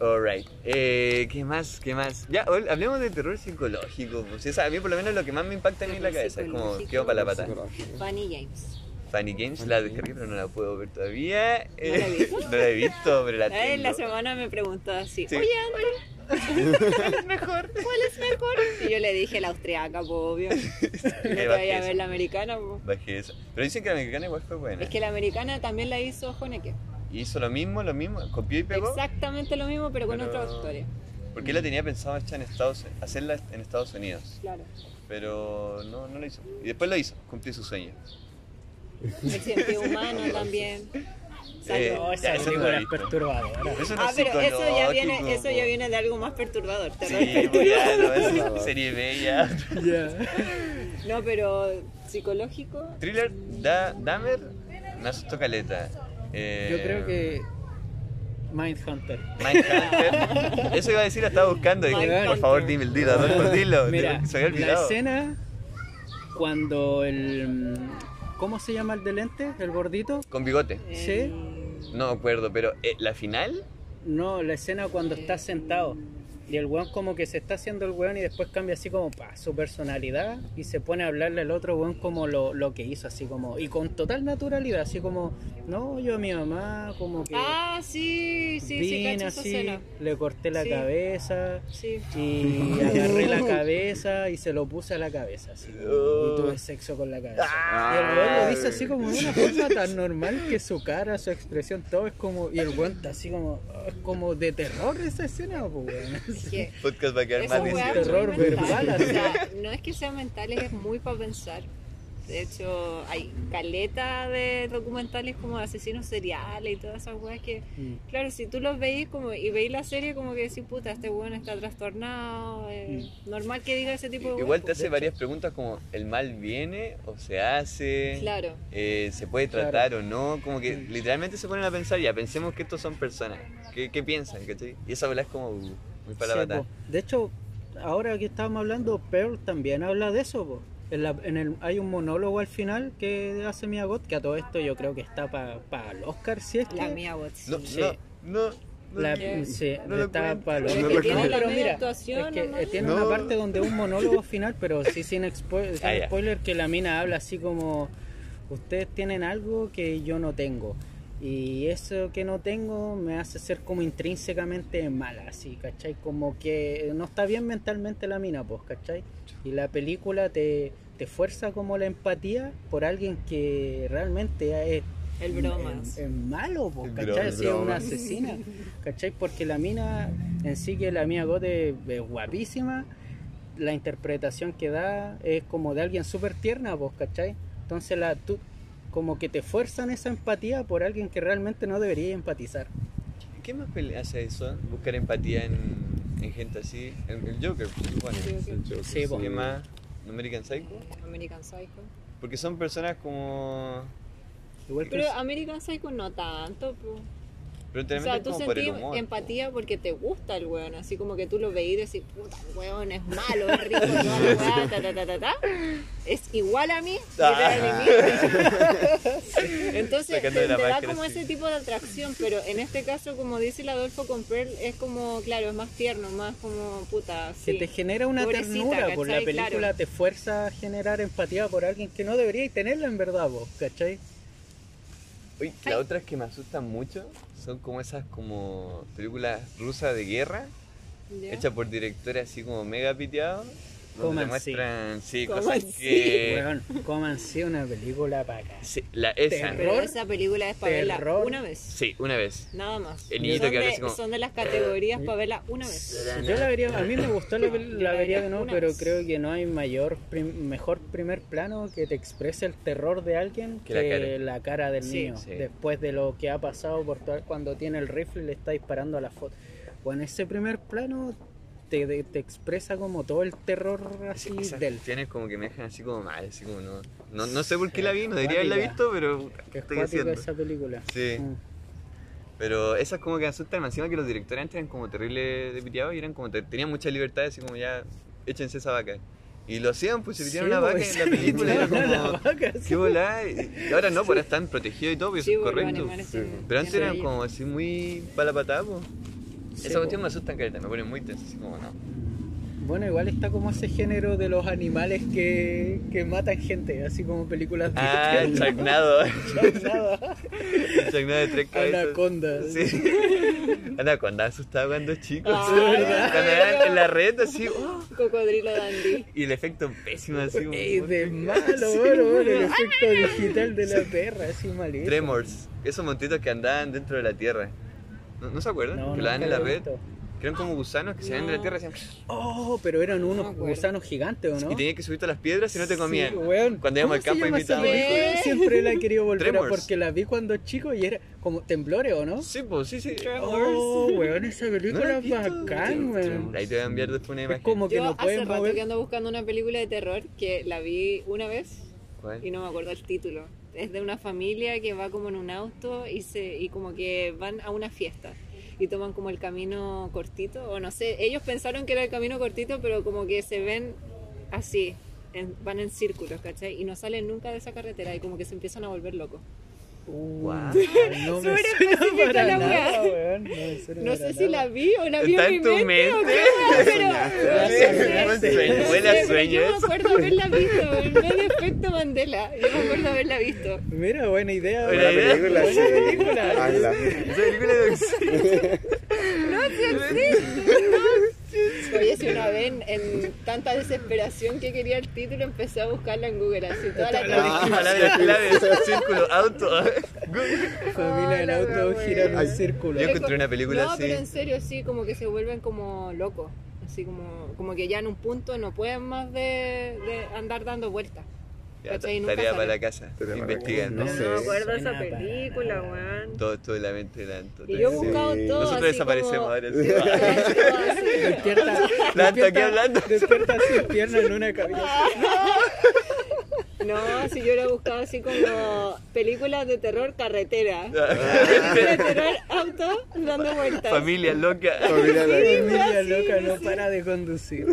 [SPEAKER 3] Alright. Eh, ¿Qué más? ¿Qué más? Ya, ol- hablemos de terror psicológico. Pues, esa, a mí por lo menos lo que más me impacta a mí en la
[SPEAKER 1] Terror
[SPEAKER 3] cabeza es como
[SPEAKER 1] psicológico.
[SPEAKER 3] quedo para la pata.
[SPEAKER 2] Psicológico.
[SPEAKER 1] Fanny James.
[SPEAKER 3] Fanny Games la descargué pero no la puedo ver todavía.
[SPEAKER 1] ¿No la
[SPEAKER 3] Eh,
[SPEAKER 1] viste?
[SPEAKER 3] no la he visto, pero la
[SPEAKER 1] Eh,
[SPEAKER 3] tengo.
[SPEAKER 1] la semana me preguntó así,
[SPEAKER 3] Sí.
[SPEAKER 1] oye André, ¿Cuál es mejor? ¿Cuál es mejor? Y yo le dije la austriaca, pues, obvio. No te vaya a ver la americana, po.
[SPEAKER 3] Bajé esa. Pero dicen que la mexicana igual fue buena.
[SPEAKER 1] Es que la americana también la hizo Honeke.
[SPEAKER 3] Y hizo lo mismo, lo mismo, copió y pegó.
[SPEAKER 1] Exactamente lo mismo, pero con
[SPEAKER 3] Pero-
[SPEAKER 1] otra historia.
[SPEAKER 3] Porque él la tenía pensado hecha en Estados, hacerla en Estados Unidos.
[SPEAKER 1] Claro.
[SPEAKER 3] Pero no, no la hizo. Y después lo hizo, cumplió su sueño.
[SPEAKER 1] Accidente humano también.
[SPEAKER 3] Eh,
[SPEAKER 1] Salud.
[SPEAKER 4] No, Oh, esa
[SPEAKER 3] ya, eso
[SPEAKER 4] película
[SPEAKER 3] no lo he
[SPEAKER 4] es
[SPEAKER 3] visto.
[SPEAKER 4] perturbadora.
[SPEAKER 3] Eso no
[SPEAKER 1] Ah,
[SPEAKER 3] es
[SPEAKER 1] pero eso ya, viene,
[SPEAKER 3] psicológico,
[SPEAKER 1] eso ya
[SPEAKER 3] po.
[SPEAKER 1] viene de algo más perturbador. terror
[SPEAKER 3] Sí,
[SPEAKER 1] perturbador.
[SPEAKER 3] pues ya, no, es serie B ya.
[SPEAKER 1] No, pero psicológico.
[SPEAKER 3] Thriller, da, Dahmer, me asustó caleta. Eh,
[SPEAKER 4] Yo creo que Mindhunter.
[SPEAKER 3] Mindhunter. Eso iba a decir, la estaba buscando. Dije,
[SPEAKER 1] Mindhunter.
[SPEAKER 3] por favor, dime el dilo, Adolfo, dilo.
[SPEAKER 4] Mira,
[SPEAKER 3] se había
[SPEAKER 4] la
[SPEAKER 3] olvidado.
[SPEAKER 4] escena cuando el mm, ¿cómo se llama el de lente? El gordito.
[SPEAKER 3] Con bigote.
[SPEAKER 1] eh,
[SPEAKER 4] Sí.
[SPEAKER 3] No me acuerdo, pero eh, la final.
[SPEAKER 4] No, la escena cuando está sentado y el weón como que se está haciendo el weón y después cambia así como pa, su personalidad y se pone a hablarle al otro weón como lo, lo que hizo, así como, y con total naturalidad, así como, no, yo a mi mamá, como que
[SPEAKER 1] Ah, sí, sí, sí,
[SPEAKER 4] vine
[SPEAKER 1] cacho esa
[SPEAKER 4] así,
[SPEAKER 1] escena.
[SPEAKER 4] le corté la
[SPEAKER 1] Sí.
[SPEAKER 4] cabeza
[SPEAKER 1] Sí.
[SPEAKER 4] y agarré la cabeza y se lo puse a la cabeza, así, y tuve sexo con la cabeza. Y Ah, el weón lo dice así como de una forma tan normal que su cara, su expresión, todo es como. Y el weón está así como. oh, Es como de terror esa escena, pues weón.
[SPEAKER 1] Es que
[SPEAKER 3] Podcast va a quedar
[SPEAKER 1] esa
[SPEAKER 3] mal
[SPEAKER 1] weá
[SPEAKER 3] dice.
[SPEAKER 1] es muy
[SPEAKER 4] Terror
[SPEAKER 1] mental.
[SPEAKER 4] verbal,
[SPEAKER 1] O sea, no es que sean mentales, es muy para pensar. De hecho, hay caleta de documentales como de asesinos seriales y todas esas weas que,
[SPEAKER 4] Mm.
[SPEAKER 1] claro, si tú los veis como, y veis la serie, como que decís, puta, este weón está trastornado. eh, Normal que diga ese tipo de
[SPEAKER 3] Igual
[SPEAKER 1] weas,
[SPEAKER 3] te
[SPEAKER 1] pues.
[SPEAKER 3] hace varias preguntas como el mal viene o se hace,
[SPEAKER 1] Claro.
[SPEAKER 3] Eh, se puede
[SPEAKER 4] Claro.
[SPEAKER 3] tratar o no, como que literalmente se ponen a pensar ya, pensemos que estos son personas, ¿qué, qué piensan? cachai? Y esa bola es como uh, muy para la
[SPEAKER 4] Sí, po.
[SPEAKER 3] batalla.
[SPEAKER 4] De hecho, ahora que estábamos hablando, Pearl también habla de eso, po. En la- en el, hay un monólogo al final que hace Mia Gott, que a todo esto yo creo que está para el Oscar, si es que.
[SPEAKER 1] La mía, bots.
[SPEAKER 3] No,
[SPEAKER 4] Sí.
[SPEAKER 3] no, no, no,
[SPEAKER 4] La-
[SPEAKER 1] ¿Qué?
[SPEAKER 4] sí,
[SPEAKER 3] No lo
[SPEAKER 4] está
[SPEAKER 3] cuento.
[SPEAKER 4] para el
[SPEAKER 1] Es que
[SPEAKER 4] Oscar.
[SPEAKER 2] tiene
[SPEAKER 4] No,
[SPEAKER 2] la
[SPEAKER 4] pero
[SPEAKER 1] media
[SPEAKER 4] mira,
[SPEAKER 1] actuación,
[SPEAKER 4] es que,
[SPEAKER 1] nomás.
[SPEAKER 4] eh, tiene una
[SPEAKER 2] No.
[SPEAKER 4] parte donde un monólogo final, pero sí sin, expo- sin
[SPEAKER 3] Ah, ya.
[SPEAKER 4] spoiler, que la mina habla así como, ustedes tienen algo que yo no tengo. Y eso que no tengo me hace ser como intrínsecamente mala, así, ¿cachai? Como que no está bien mentalmente la mina, pues, ¿cachai? Y la película te, te fuerza como la empatía por alguien que realmente es
[SPEAKER 1] El bromas.
[SPEAKER 4] es- es malo, po,
[SPEAKER 3] El
[SPEAKER 4] ¿cachai?
[SPEAKER 3] bro-
[SPEAKER 4] Si es una
[SPEAKER 3] bromas.
[SPEAKER 4] asesina, ¿cachai? Porque la mina en sí que la mía Gote es guapísima, la interpretación que da es como de alguien súper tierna, vos, ¿cachai? Entonces la, tú, como que te fuerzan esa empatía por alguien que realmente no debería empatizar.
[SPEAKER 3] ¿Qué más pele- hace eso? Buscar empatía en, en gente así, en el Joker, pues, igual.
[SPEAKER 4] Sí, po.
[SPEAKER 3] ¿Qué más? American Psycho,
[SPEAKER 1] American Psycho.
[SPEAKER 3] porque son personas como,
[SPEAKER 4] Igual que
[SPEAKER 1] Pero American Psycho no tanto, pues.
[SPEAKER 3] pero
[SPEAKER 1] O sea,
[SPEAKER 3] literalmente
[SPEAKER 1] tú
[SPEAKER 3] como por el
[SPEAKER 1] sentís
[SPEAKER 3] humor.
[SPEAKER 1] empatía porque te gusta el weón, así como que tú lo veís y decís, puta, el weón es malo, es rico, toda la weá, ta, ta, ta, ta, ta. Es igual a mí,
[SPEAKER 3] Ah.
[SPEAKER 1] literal a mí. Entonces, te,
[SPEAKER 3] Sacando de la
[SPEAKER 1] te da
[SPEAKER 3] máscara,
[SPEAKER 1] como
[SPEAKER 3] sí.
[SPEAKER 1] ese tipo de atracción, pero en este caso, como dice el Adolfo con Pearl, es como, claro, es más tierno, más como, puta,
[SPEAKER 4] que
[SPEAKER 1] sí.
[SPEAKER 4] te genera una
[SPEAKER 1] Pobrecita,
[SPEAKER 4] ternura, por la
[SPEAKER 1] ¿cachai?
[SPEAKER 4] película
[SPEAKER 1] Claro.
[SPEAKER 4] te fuerza a generar empatía por alguien que no debería tenerla en verdad, vos, ¿cachai?
[SPEAKER 3] Uy, las otras que me asustan mucho son como esas como películas rusas de guerra,
[SPEAKER 1] ¿Ya?
[SPEAKER 3] hechas por directores así como mega piteados, donde
[SPEAKER 4] Coman,
[SPEAKER 3] te
[SPEAKER 4] sí.
[SPEAKER 3] muestran sí,
[SPEAKER 1] Coman,
[SPEAKER 3] cosas
[SPEAKER 1] sí.
[SPEAKER 3] que...
[SPEAKER 4] Weón, cómanse una película para acá.
[SPEAKER 3] Sí, la, esa,
[SPEAKER 4] Terror.
[SPEAKER 1] Pero esa película es para verla
[SPEAKER 4] terror.
[SPEAKER 1] una vez,
[SPEAKER 3] sí, una vez.
[SPEAKER 1] nada más.
[SPEAKER 3] El niñito
[SPEAKER 1] son,
[SPEAKER 3] que habla así
[SPEAKER 1] de,
[SPEAKER 3] como-
[SPEAKER 1] son de las categorías para verla una vez.
[SPEAKER 4] Yo la vería, a mí me gustó la, pel-
[SPEAKER 1] la
[SPEAKER 4] la vería
[SPEAKER 1] vería
[SPEAKER 4] de nuevo,
[SPEAKER 1] una
[SPEAKER 4] pero
[SPEAKER 1] vez.
[SPEAKER 4] creo que no hay mayor, prim- mejor primer plano que te exprese el terror de alguien que,
[SPEAKER 3] Que la cara.
[SPEAKER 4] la cara del
[SPEAKER 1] Sí.
[SPEAKER 4] niño.
[SPEAKER 3] Sí.
[SPEAKER 4] Después de lo que ha pasado por todo, cuando tiene el rifle y le está disparando a la foto. Bueno, ese primer plano te, de- te expresa como todo el terror así
[SPEAKER 3] Sí, esas
[SPEAKER 4] del...
[SPEAKER 3] cuestiones como que me dejan así como mal, así como no... No, no sé por qué la vi, no debería haberla
[SPEAKER 4] Cuática.
[SPEAKER 3] visto, pero
[SPEAKER 4] Que es
[SPEAKER 3] estoy
[SPEAKER 4] cuático
[SPEAKER 3] haciendo.
[SPEAKER 4] esa película.
[SPEAKER 3] Sí.
[SPEAKER 4] Mm.
[SPEAKER 3] Pero esas como que asustan, más encima que los directores antes eran como terribles de piteados y eran como... te- tenían mucha libertad, así como ya, échense esa vaca. Y lo hacían, pues se pitearon
[SPEAKER 4] Sí,
[SPEAKER 3] una vaca
[SPEAKER 4] pues,
[SPEAKER 3] en la película y era
[SPEAKER 4] la
[SPEAKER 3] como...
[SPEAKER 4] vaca, sí. pues.
[SPEAKER 3] Qué volá. Y ahora no, pues ahora están protegidos y todo, eso
[SPEAKER 1] Sí,
[SPEAKER 3] es
[SPEAKER 1] porque los
[SPEAKER 3] correcto.
[SPEAKER 1] animales tienen-
[SPEAKER 3] Pero antes
[SPEAKER 1] tienen
[SPEAKER 3] eran
[SPEAKER 1] leyes.
[SPEAKER 3] como así muy para la patada, pues. po.
[SPEAKER 4] Sí, pues.
[SPEAKER 3] Esa
[SPEAKER 4] po.
[SPEAKER 3] cuestión me asustan caleta, me ponen muy tenso, así como no.
[SPEAKER 4] Bueno, igual está como ese género de los animales que, que matan gente, así como películas de
[SPEAKER 3] Ah, el Chagnado.
[SPEAKER 4] Chagnada,
[SPEAKER 3] El Chagnado de tres cabezas.
[SPEAKER 4] Anaconda.
[SPEAKER 3] Sí. Anaconda asustaba cuando chico.
[SPEAKER 1] Ah,
[SPEAKER 3] así,
[SPEAKER 1] ¿verdad?
[SPEAKER 3] Cuando era en la red, así. ¡oh!
[SPEAKER 1] Cocodrilo dandy.
[SPEAKER 3] Y el efecto pésimo, así. como-
[SPEAKER 4] Ey, de malo, bueno, bueno, el efecto digital de la perra, así malito.
[SPEAKER 3] Tremors. Esos montitos que andaban dentro de la tierra. ¿No, no se acuerdan?
[SPEAKER 4] No,
[SPEAKER 3] que la dan
[SPEAKER 4] nunca
[SPEAKER 3] en la
[SPEAKER 4] lo he
[SPEAKER 3] red.
[SPEAKER 4] visto.
[SPEAKER 3] Que eran como gusanos que se salían de la tierra y hacían-
[SPEAKER 4] Oh, pero eran
[SPEAKER 1] me
[SPEAKER 4] unos
[SPEAKER 1] acuerdo.
[SPEAKER 4] gusanos gigantes, ¿o no?
[SPEAKER 3] Y tenías que subirte a las piedras y no te comían.
[SPEAKER 4] Sí, weón.
[SPEAKER 3] Cuando
[SPEAKER 4] ¿Cómo
[SPEAKER 3] íbamos al
[SPEAKER 4] se
[SPEAKER 3] campo
[SPEAKER 4] llama esa
[SPEAKER 3] invitábamos
[SPEAKER 1] película?
[SPEAKER 3] hijos.
[SPEAKER 4] película? Siempre la he querido volver a-
[SPEAKER 3] Tremors.
[SPEAKER 4] porque la vi cuando chico y era como temblores, ¿o no?
[SPEAKER 3] Sí, pues, sí, sí.
[SPEAKER 4] Oh, weón, esa
[SPEAKER 3] ¿No la
[SPEAKER 4] película es
[SPEAKER 3] has visto?
[SPEAKER 4] bacán, weón.
[SPEAKER 3] Ahí te voy a enviar después una imagen.
[SPEAKER 4] Es como que
[SPEAKER 1] Yo
[SPEAKER 4] no
[SPEAKER 1] hace
[SPEAKER 4] pueden
[SPEAKER 1] rato que
[SPEAKER 4] mover.
[SPEAKER 1] ando buscando una película de terror que la vi una vez
[SPEAKER 3] ¿Cuál?
[SPEAKER 1] y no me acuerdo el título. Es de una familia que va como en un auto y, se, y como que van a una fiesta y toman como el camino cortito, o no sé, ellos pensaron que era el camino cortito, pero como que se ven así, en- van en círculos, ¿cachai? Y no salen nunca de esa carretera y como que se empiezan a volver locos.
[SPEAKER 4] Uh,
[SPEAKER 3] Guau.
[SPEAKER 4] No me
[SPEAKER 1] Súper
[SPEAKER 4] suena
[SPEAKER 1] específica
[SPEAKER 4] para
[SPEAKER 1] la
[SPEAKER 4] nada,
[SPEAKER 1] weá.
[SPEAKER 4] weón. No, me suena
[SPEAKER 1] No
[SPEAKER 4] para
[SPEAKER 1] sé si la
[SPEAKER 4] nada.
[SPEAKER 1] vi o la vi
[SPEAKER 3] ¿Está
[SPEAKER 1] en mi
[SPEAKER 3] en tu
[SPEAKER 1] mente, o
[SPEAKER 3] mente?
[SPEAKER 1] qué, pero-
[SPEAKER 4] Soñaste.
[SPEAKER 1] pero-
[SPEAKER 4] Soñaste.
[SPEAKER 3] Huele a
[SPEAKER 1] pero
[SPEAKER 3] sueño
[SPEAKER 1] Yo me
[SPEAKER 3] eso.
[SPEAKER 1] acuerdo haberla visto, el medio efecto Mandela. Yo me acuerdo haberla visto.
[SPEAKER 4] Mira, buena idea,
[SPEAKER 3] Buena
[SPEAKER 2] Una
[SPEAKER 4] weón.
[SPEAKER 3] idea.
[SPEAKER 2] película, sí.
[SPEAKER 4] Buena película.
[SPEAKER 2] Ala.
[SPEAKER 3] Esa película de
[SPEAKER 1] Oye, si una vez en, en tanta desesperación que quería el título, empecé a buscarla en Google, así toda la
[SPEAKER 3] Ah,
[SPEAKER 1] tarde.
[SPEAKER 3] la de las claves, círculo, auto.
[SPEAKER 4] Familia del
[SPEAKER 1] Hola,
[SPEAKER 4] auto
[SPEAKER 1] weón.
[SPEAKER 4] gira en un
[SPEAKER 2] Ay.
[SPEAKER 4] círculo.
[SPEAKER 3] Yo encontré una película
[SPEAKER 1] no,
[SPEAKER 3] así.
[SPEAKER 1] pero en serio, sí, como que se vuelven como locos. Así como, como que ya en un punto no pueden más de, de andar dando vueltas.
[SPEAKER 3] Ya,
[SPEAKER 1] Cachai, nunca
[SPEAKER 3] Tarea para
[SPEAKER 1] sale.
[SPEAKER 3] la casa.
[SPEAKER 2] Tarea para la
[SPEAKER 3] Investigan.
[SPEAKER 2] casa.
[SPEAKER 1] Pero
[SPEAKER 2] No sé.
[SPEAKER 1] me acuerdo de esa
[SPEAKER 4] Suena para
[SPEAKER 1] película, weón.
[SPEAKER 3] Todo esto de la mente de la Anto.
[SPEAKER 1] Y yo he
[SPEAKER 2] Sí.
[SPEAKER 1] buscado todo.
[SPEAKER 3] Nosotros
[SPEAKER 1] así
[SPEAKER 3] desaparecemos
[SPEAKER 1] como-
[SPEAKER 3] ahora.
[SPEAKER 1] Todo, todo así.
[SPEAKER 4] Despierta,
[SPEAKER 3] La
[SPEAKER 4] despierta-
[SPEAKER 3] aquí hablando.
[SPEAKER 4] Despierta sin pierna en una cabeza.
[SPEAKER 1] No, si yo lo he buscado así como películas de terror carretera.
[SPEAKER 3] así.
[SPEAKER 1] De terror auto dando vueltas.
[SPEAKER 3] Familia loca.
[SPEAKER 2] Familia de-
[SPEAKER 4] Familia loca no para de conducir.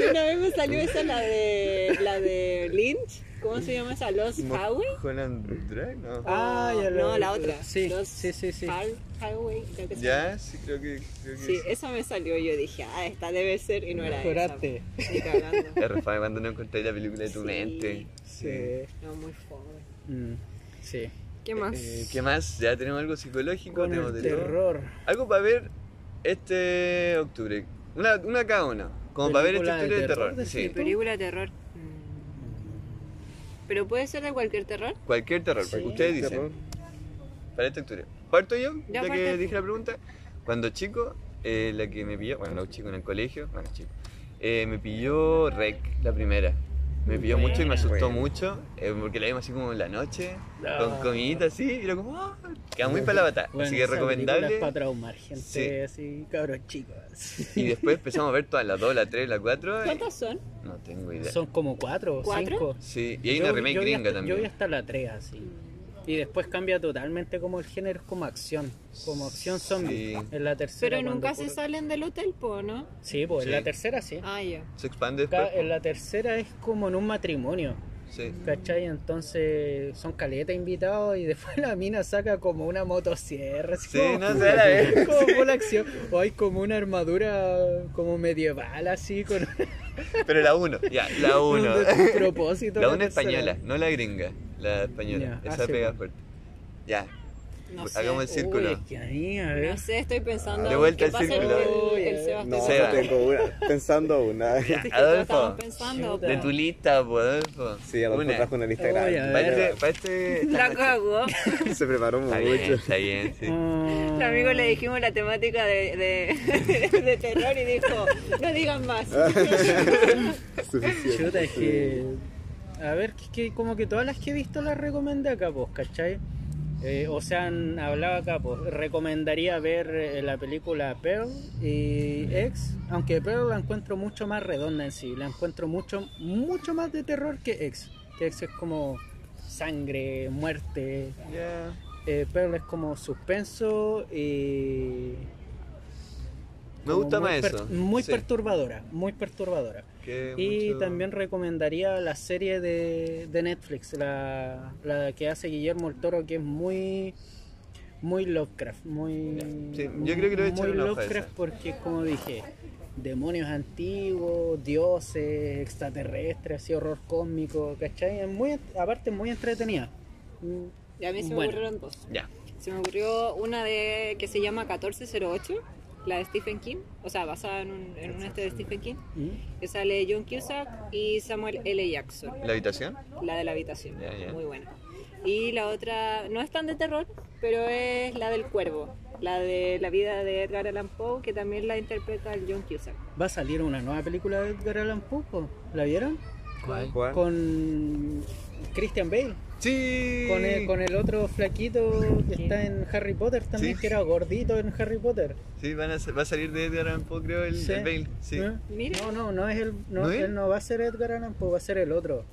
[SPEAKER 1] Y Una vez me salió esa la de la de Lynch. ¿Cómo se llama esa? Los Highway.
[SPEAKER 3] Holland Drive, ¿no?
[SPEAKER 4] Ah, ya lo-
[SPEAKER 1] No, la otra.
[SPEAKER 4] Sí,
[SPEAKER 1] Los
[SPEAKER 4] sí, sí, sí.
[SPEAKER 1] Har- Highway. creo que se llama.
[SPEAKER 3] Ya, sí, creo que. Creo que
[SPEAKER 1] Sí, esa me salió y yo dije, ah, esta debe ser y no era
[SPEAKER 4] Jurate.
[SPEAKER 1] esa. Ni cagando.
[SPEAKER 3] Es re fome cuando no encontráis la película de tu
[SPEAKER 1] Sí.
[SPEAKER 3] mente.
[SPEAKER 4] Sí.
[SPEAKER 1] No, muy fome.
[SPEAKER 4] Mm, Sí.
[SPEAKER 1] ¿Qué más?
[SPEAKER 3] Eh, ¿Qué más? Ya tenemos algo psicológico,
[SPEAKER 4] Con
[SPEAKER 3] tenemos
[SPEAKER 4] el
[SPEAKER 3] de todo.
[SPEAKER 4] terror.
[SPEAKER 3] Algo para ver este octubre. Una, una cada una. Como para ver este
[SPEAKER 4] Película de
[SPEAKER 3] octubre de
[SPEAKER 4] terror,
[SPEAKER 3] terror. Sí.
[SPEAKER 4] decís.
[SPEAKER 1] Película de terror. Mm. Pero puede ser de cualquier terror.
[SPEAKER 3] Cualquier terror,
[SPEAKER 4] Sí.
[SPEAKER 3] ustedes dicen.
[SPEAKER 2] Terror.
[SPEAKER 3] Para este octubre. Parto yo,
[SPEAKER 1] Ya,
[SPEAKER 3] ya,
[SPEAKER 1] parte
[SPEAKER 3] que
[SPEAKER 1] tú.
[SPEAKER 3] dije la pregunta. Cuando chico, eh, la que me pilló, bueno, no chico en el colegio, bueno, chico, eh, me pilló Rec, la primera. Me pilló mucho y me asustó mucho, eh, porque la vimos así como en la noche, con
[SPEAKER 4] Ah.
[SPEAKER 3] comidita así, y era como, ¡ah! queda muy para la bata.
[SPEAKER 4] Bueno,
[SPEAKER 3] así que
[SPEAKER 4] esa película es
[SPEAKER 3] recomendable.
[SPEAKER 4] para traumar
[SPEAKER 3] Sí.
[SPEAKER 4] gente así, cabros chicos.
[SPEAKER 3] Y después empezamos a ver todas las 2, la 3, la 4.
[SPEAKER 1] ¿Cuántas son?
[SPEAKER 3] No tengo idea.
[SPEAKER 4] Son como cuatro o
[SPEAKER 1] ¿Cuatro?
[SPEAKER 4] cinco.
[SPEAKER 3] Sí, y hay una
[SPEAKER 4] Yo-
[SPEAKER 3] remake
[SPEAKER 4] yo vi
[SPEAKER 3] gringa
[SPEAKER 4] hasta- Yo vi
[SPEAKER 3] también.
[SPEAKER 4] hasta la 3 así.
[SPEAKER 3] Mm.
[SPEAKER 4] Y después cambia totalmente como el género, es como acción, como acción zombie.
[SPEAKER 3] Sí.
[SPEAKER 4] En la tercera.
[SPEAKER 1] Pero
[SPEAKER 4] cuando
[SPEAKER 1] nunca se
[SPEAKER 4] ocurre-
[SPEAKER 1] salen del hotel, po, ¿no?
[SPEAKER 4] Sí, pues
[SPEAKER 3] Sí.
[SPEAKER 4] en la tercera sí.
[SPEAKER 1] Ah, ya.
[SPEAKER 3] Se expande después.
[SPEAKER 4] Acá en la tercera es como en un matrimonio,
[SPEAKER 3] Sí.
[SPEAKER 4] ¿cachai? Entonces son caleta invitados y después la mina saca como una motosierra. así
[SPEAKER 3] Sí,
[SPEAKER 4] como-
[SPEAKER 3] no sé, la vez.
[SPEAKER 4] Como full acción. O hay como una armadura como medieval así, con un
[SPEAKER 3] Pero la 1, ya, la 1.
[SPEAKER 4] propósito.
[SPEAKER 3] La una
[SPEAKER 4] tercera.
[SPEAKER 3] española, no la gringa, la española.
[SPEAKER 4] Ya, ah,
[SPEAKER 3] Esa
[SPEAKER 4] sí,
[SPEAKER 3] pega
[SPEAKER 4] bueno.
[SPEAKER 3] fuerte. Ya,
[SPEAKER 1] No sé.
[SPEAKER 3] hagamos el
[SPEAKER 4] Uy,
[SPEAKER 3] círculo.
[SPEAKER 4] es que a mí, a ver.
[SPEAKER 1] No sé, estoy pensando.
[SPEAKER 3] De vuelta
[SPEAKER 1] ¿qué
[SPEAKER 3] al
[SPEAKER 1] pasa
[SPEAKER 3] círculo.
[SPEAKER 1] con el- el
[SPEAKER 4] Uy,
[SPEAKER 1] Sebastián?
[SPEAKER 2] No,
[SPEAKER 1] Es
[SPEAKER 3] Seba.
[SPEAKER 2] tengo una. Pensando una.
[SPEAKER 1] que todos
[SPEAKER 3] Adolfo,
[SPEAKER 1] Estamos pensando.
[SPEAKER 4] Chuta.
[SPEAKER 3] de
[SPEAKER 1] po.
[SPEAKER 3] tu lista, po, Adolfo.
[SPEAKER 2] Sí, a lo mejor
[SPEAKER 3] Una.
[SPEAKER 2] trajo una lista
[SPEAKER 4] Oye, a
[SPEAKER 2] grande.
[SPEAKER 3] Para este,
[SPEAKER 4] ver.
[SPEAKER 3] para este.
[SPEAKER 1] La cago.
[SPEAKER 2] Se preparó
[SPEAKER 3] Está bien,
[SPEAKER 2] mucho.
[SPEAKER 3] está bien, sí.
[SPEAKER 4] Ah.
[SPEAKER 1] Al amigo le dijimos la temática de, de, de terror y dijo, no digan más.
[SPEAKER 2] Suficiente.
[SPEAKER 3] pues,
[SPEAKER 4] Chuta, es que. A ver, que, que como que todas las que he visto las recomendé acá, pues, ¿cachai? Eh, o sea, han hablado acá, pues, recomendaría ver eh, la película Pearl y X, aunque Pearl la encuentro mucho más redonda en sí, la encuentro mucho, mucho más de terror que X, que X es como sangre, muerte,
[SPEAKER 3] Ya.
[SPEAKER 4] eh, Pearl es como suspenso y...
[SPEAKER 3] Me
[SPEAKER 4] como
[SPEAKER 3] gusta
[SPEAKER 4] muy
[SPEAKER 3] más
[SPEAKER 4] per-
[SPEAKER 3] eso.
[SPEAKER 4] Muy
[SPEAKER 3] Sí,
[SPEAKER 4] perturbadora, muy perturbadora.
[SPEAKER 3] que
[SPEAKER 4] Y
[SPEAKER 3] mucho-
[SPEAKER 4] también recomendaría la serie de, de Netflix, la, la que hace Guillermo el Toro, que es muy muy Lovecraft, muy
[SPEAKER 3] Ya, sí, yo creo que le voy a echar
[SPEAKER 4] muy
[SPEAKER 3] una hoja a
[SPEAKER 4] Lovecraft
[SPEAKER 3] esa.
[SPEAKER 4] porque como dije, demonios antiguos, dioses, extraterrestres, así horror cósmico, ¿cachai? Es muy, aparte es muy entretenida. Mm,
[SPEAKER 1] Y a mí se me
[SPEAKER 4] Bueno.
[SPEAKER 1] ocurrieron dos.
[SPEAKER 3] Ya.
[SPEAKER 1] Se me ocurrió una de que se llama 1408, la de Stephen King, o sea, basada en un, en una este de Stephen King,
[SPEAKER 4] ¿Mm?
[SPEAKER 1] que sale John Cusack y Samuel L. Jackson.
[SPEAKER 3] ¿La habitación?
[SPEAKER 1] La de la habitación,
[SPEAKER 3] Ya, ya.
[SPEAKER 1] muy buena. Y la otra, no es tan de terror, pero es la del cuervo, la de la vida de Edgar Allan Poe, que también la interpreta el John Cusack.
[SPEAKER 4] Va a salir una nueva película de Edgar Allan Poe, po. ¿la vieron?
[SPEAKER 3] ¿Cuál?
[SPEAKER 2] ¿Cuál?
[SPEAKER 4] Con Christian Bale,
[SPEAKER 3] Sí.
[SPEAKER 4] con el, con el otro flaquito que está en Harry Potter también,
[SPEAKER 3] Sí.
[SPEAKER 4] que era gordito en Harry Potter.
[SPEAKER 3] Sí, van a ser- va a salir de Edgar Allan Poe, creo, el,
[SPEAKER 4] Sí.
[SPEAKER 3] el Bale. Sí.
[SPEAKER 4] ¿Eh?
[SPEAKER 1] Mira.
[SPEAKER 4] No, no, no es el, no,
[SPEAKER 3] ¿No es?
[SPEAKER 4] él no va a ser Edgar Allan Poe, va a ser el otro.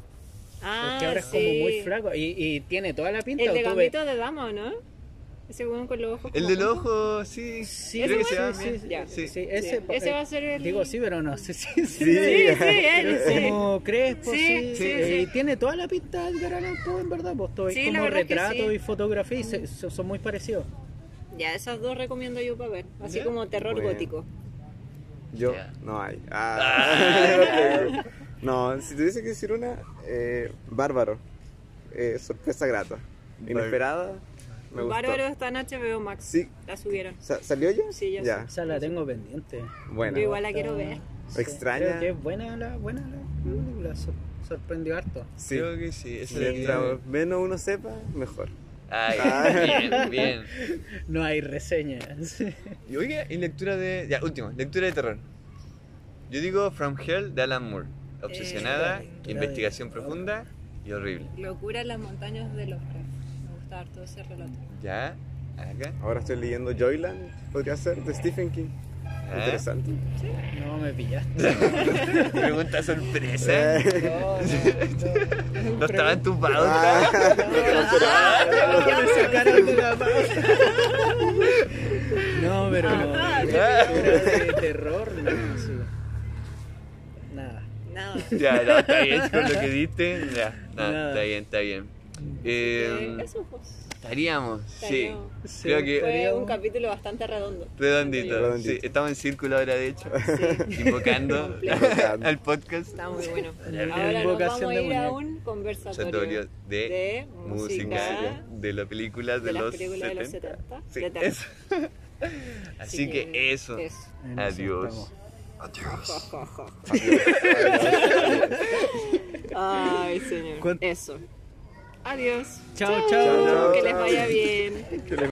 [SPEAKER 1] Ah,
[SPEAKER 4] el que ahora
[SPEAKER 1] sí.
[SPEAKER 4] es como muy flaco y, y tiene toda la pinta.
[SPEAKER 1] El de
[SPEAKER 4] o tú ves-
[SPEAKER 1] Gambito de Dama, ¿o ¿no? Ese weón con los ojos.
[SPEAKER 3] El
[SPEAKER 1] como
[SPEAKER 3] del
[SPEAKER 1] juntos.
[SPEAKER 3] ojo, sí.
[SPEAKER 4] Sí,
[SPEAKER 3] creo que
[SPEAKER 4] sí,
[SPEAKER 3] se llama
[SPEAKER 4] sí,
[SPEAKER 3] bien.
[SPEAKER 4] sí,
[SPEAKER 1] Ya.
[SPEAKER 4] sí, sí,
[SPEAKER 1] Ese,
[SPEAKER 4] ese, eh,
[SPEAKER 1] va a ser el.
[SPEAKER 4] Digo sí, pero no sé si sí,
[SPEAKER 1] Sí, sí, él, sí.
[SPEAKER 4] Es como Crespo,
[SPEAKER 1] Sí,
[SPEAKER 4] sí,
[SPEAKER 1] sí,
[SPEAKER 4] eh,
[SPEAKER 1] sí.
[SPEAKER 4] y tiene toda la pinta de Edgar Allan Poe, en verdad, pues todo es
[SPEAKER 1] Sí, la
[SPEAKER 4] como
[SPEAKER 1] verdad es que
[SPEAKER 4] retrato
[SPEAKER 1] sí.
[SPEAKER 4] y fotografía, y se- so- son muy parecidos.
[SPEAKER 1] Ya, esas dos recomiendo yo para ver. Así
[SPEAKER 3] Ya.
[SPEAKER 1] como terror
[SPEAKER 2] Bueno.
[SPEAKER 1] gótico.
[SPEAKER 2] Yo
[SPEAKER 3] Ya.
[SPEAKER 2] no hay. Ah. no, si tuviese que decir una, eh, bárbaro. Eh, sorpresa grata. Inesperada. Me gustó.
[SPEAKER 1] Bárbaro está en HBO Max.
[SPEAKER 2] Sí.
[SPEAKER 1] La subieron.
[SPEAKER 2] Sa- ¿Salió ya?
[SPEAKER 1] Sí, ya
[SPEAKER 2] ya.
[SPEAKER 4] O sea, la tengo pendiente.
[SPEAKER 2] Bueno.
[SPEAKER 1] Yo igual la quiero ver.
[SPEAKER 4] Sí,
[SPEAKER 2] Extraña.
[SPEAKER 4] Creo que es buena la, buena la película, sor- sorprendió harto.
[SPEAKER 2] Sí.
[SPEAKER 3] Creo que sí. Ese es el
[SPEAKER 2] Mientras menos uno sepa, mejor.
[SPEAKER 3] Ay, bien, bien.
[SPEAKER 4] No hay reseñas.
[SPEAKER 3] Ah. Y oiga, y lectura de. Ya, último, lectura de terror. Yo digo From Hell de Alan Moore. Obsesionada,
[SPEAKER 4] Eh, lectura de-
[SPEAKER 3] investigación profunda y horrible.
[SPEAKER 1] Locura en las montañas de Lovecraft. Me gusta harto ese relato.
[SPEAKER 3] Ya, acá.
[SPEAKER 2] Ahora estoy leyendo Joyland, podría ser, de Stephen King.
[SPEAKER 3] Ah.
[SPEAKER 2] Interesante.
[SPEAKER 4] No me pillaste.
[SPEAKER 3] Pregunta sorpresa.
[SPEAKER 4] No, no, no.
[SPEAKER 3] No estaban tumbados.
[SPEAKER 4] Ah. No, me sacaron de la pauta. No, pero. de terror, no, sí. Nada.
[SPEAKER 1] Nada.
[SPEAKER 3] Ya, no, está bien con lo que diste. Ya, no,
[SPEAKER 4] Nada.
[SPEAKER 3] está bien, está bien. Eh,
[SPEAKER 1] Eh, eso pues.
[SPEAKER 3] estaríamos, sí.
[SPEAKER 1] Estaríamos.
[SPEAKER 4] Sí,
[SPEAKER 3] Creo que
[SPEAKER 1] Fue un capítulo bastante redondo.
[SPEAKER 3] Redondito,
[SPEAKER 2] Redondito.
[SPEAKER 3] sí. Estamos en círculo ahora, de hecho. Invocando
[SPEAKER 2] Invocando.
[SPEAKER 3] al podcast.
[SPEAKER 1] Está muy bueno.
[SPEAKER 4] Maravilloso.
[SPEAKER 1] Ahora nos vamos a
[SPEAKER 4] Invocación
[SPEAKER 1] ir a
[SPEAKER 4] demoníaca.
[SPEAKER 1] un
[SPEAKER 3] Conversatorio
[SPEAKER 1] conversatorio
[SPEAKER 3] de,
[SPEAKER 1] de
[SPEAKER 3] música, de las películas de,
[SPEAKER 1] de las
[SPEAKER 3] los,
[SPEAKER 1] películas
[SPEAKER 3] 70.
[SPEAKER 1] de los 70.
[SPEAKER 3] Sí,
[SPEAKER 1] de terror.
[SPEAKER 3] eso. Así que eso.
[SPEAKER 4] En eso
[SPEAKER 3] Adiós.
[SPEAKER 4] estamos.
[SPEAKER 1] Jo,
[SPEAKER 3] Adiós.
[SPEAKER 1] jo, jo. Ay, señor.
[SPEAKER 4] ¿Cuánto-
[SPEAKER 1] Eso. Adiós.
[SPEAKER 4] Chao, chao.
[SPEAKER 2] Chao, chao.
[SPEAKER 1] Que les vaya bien.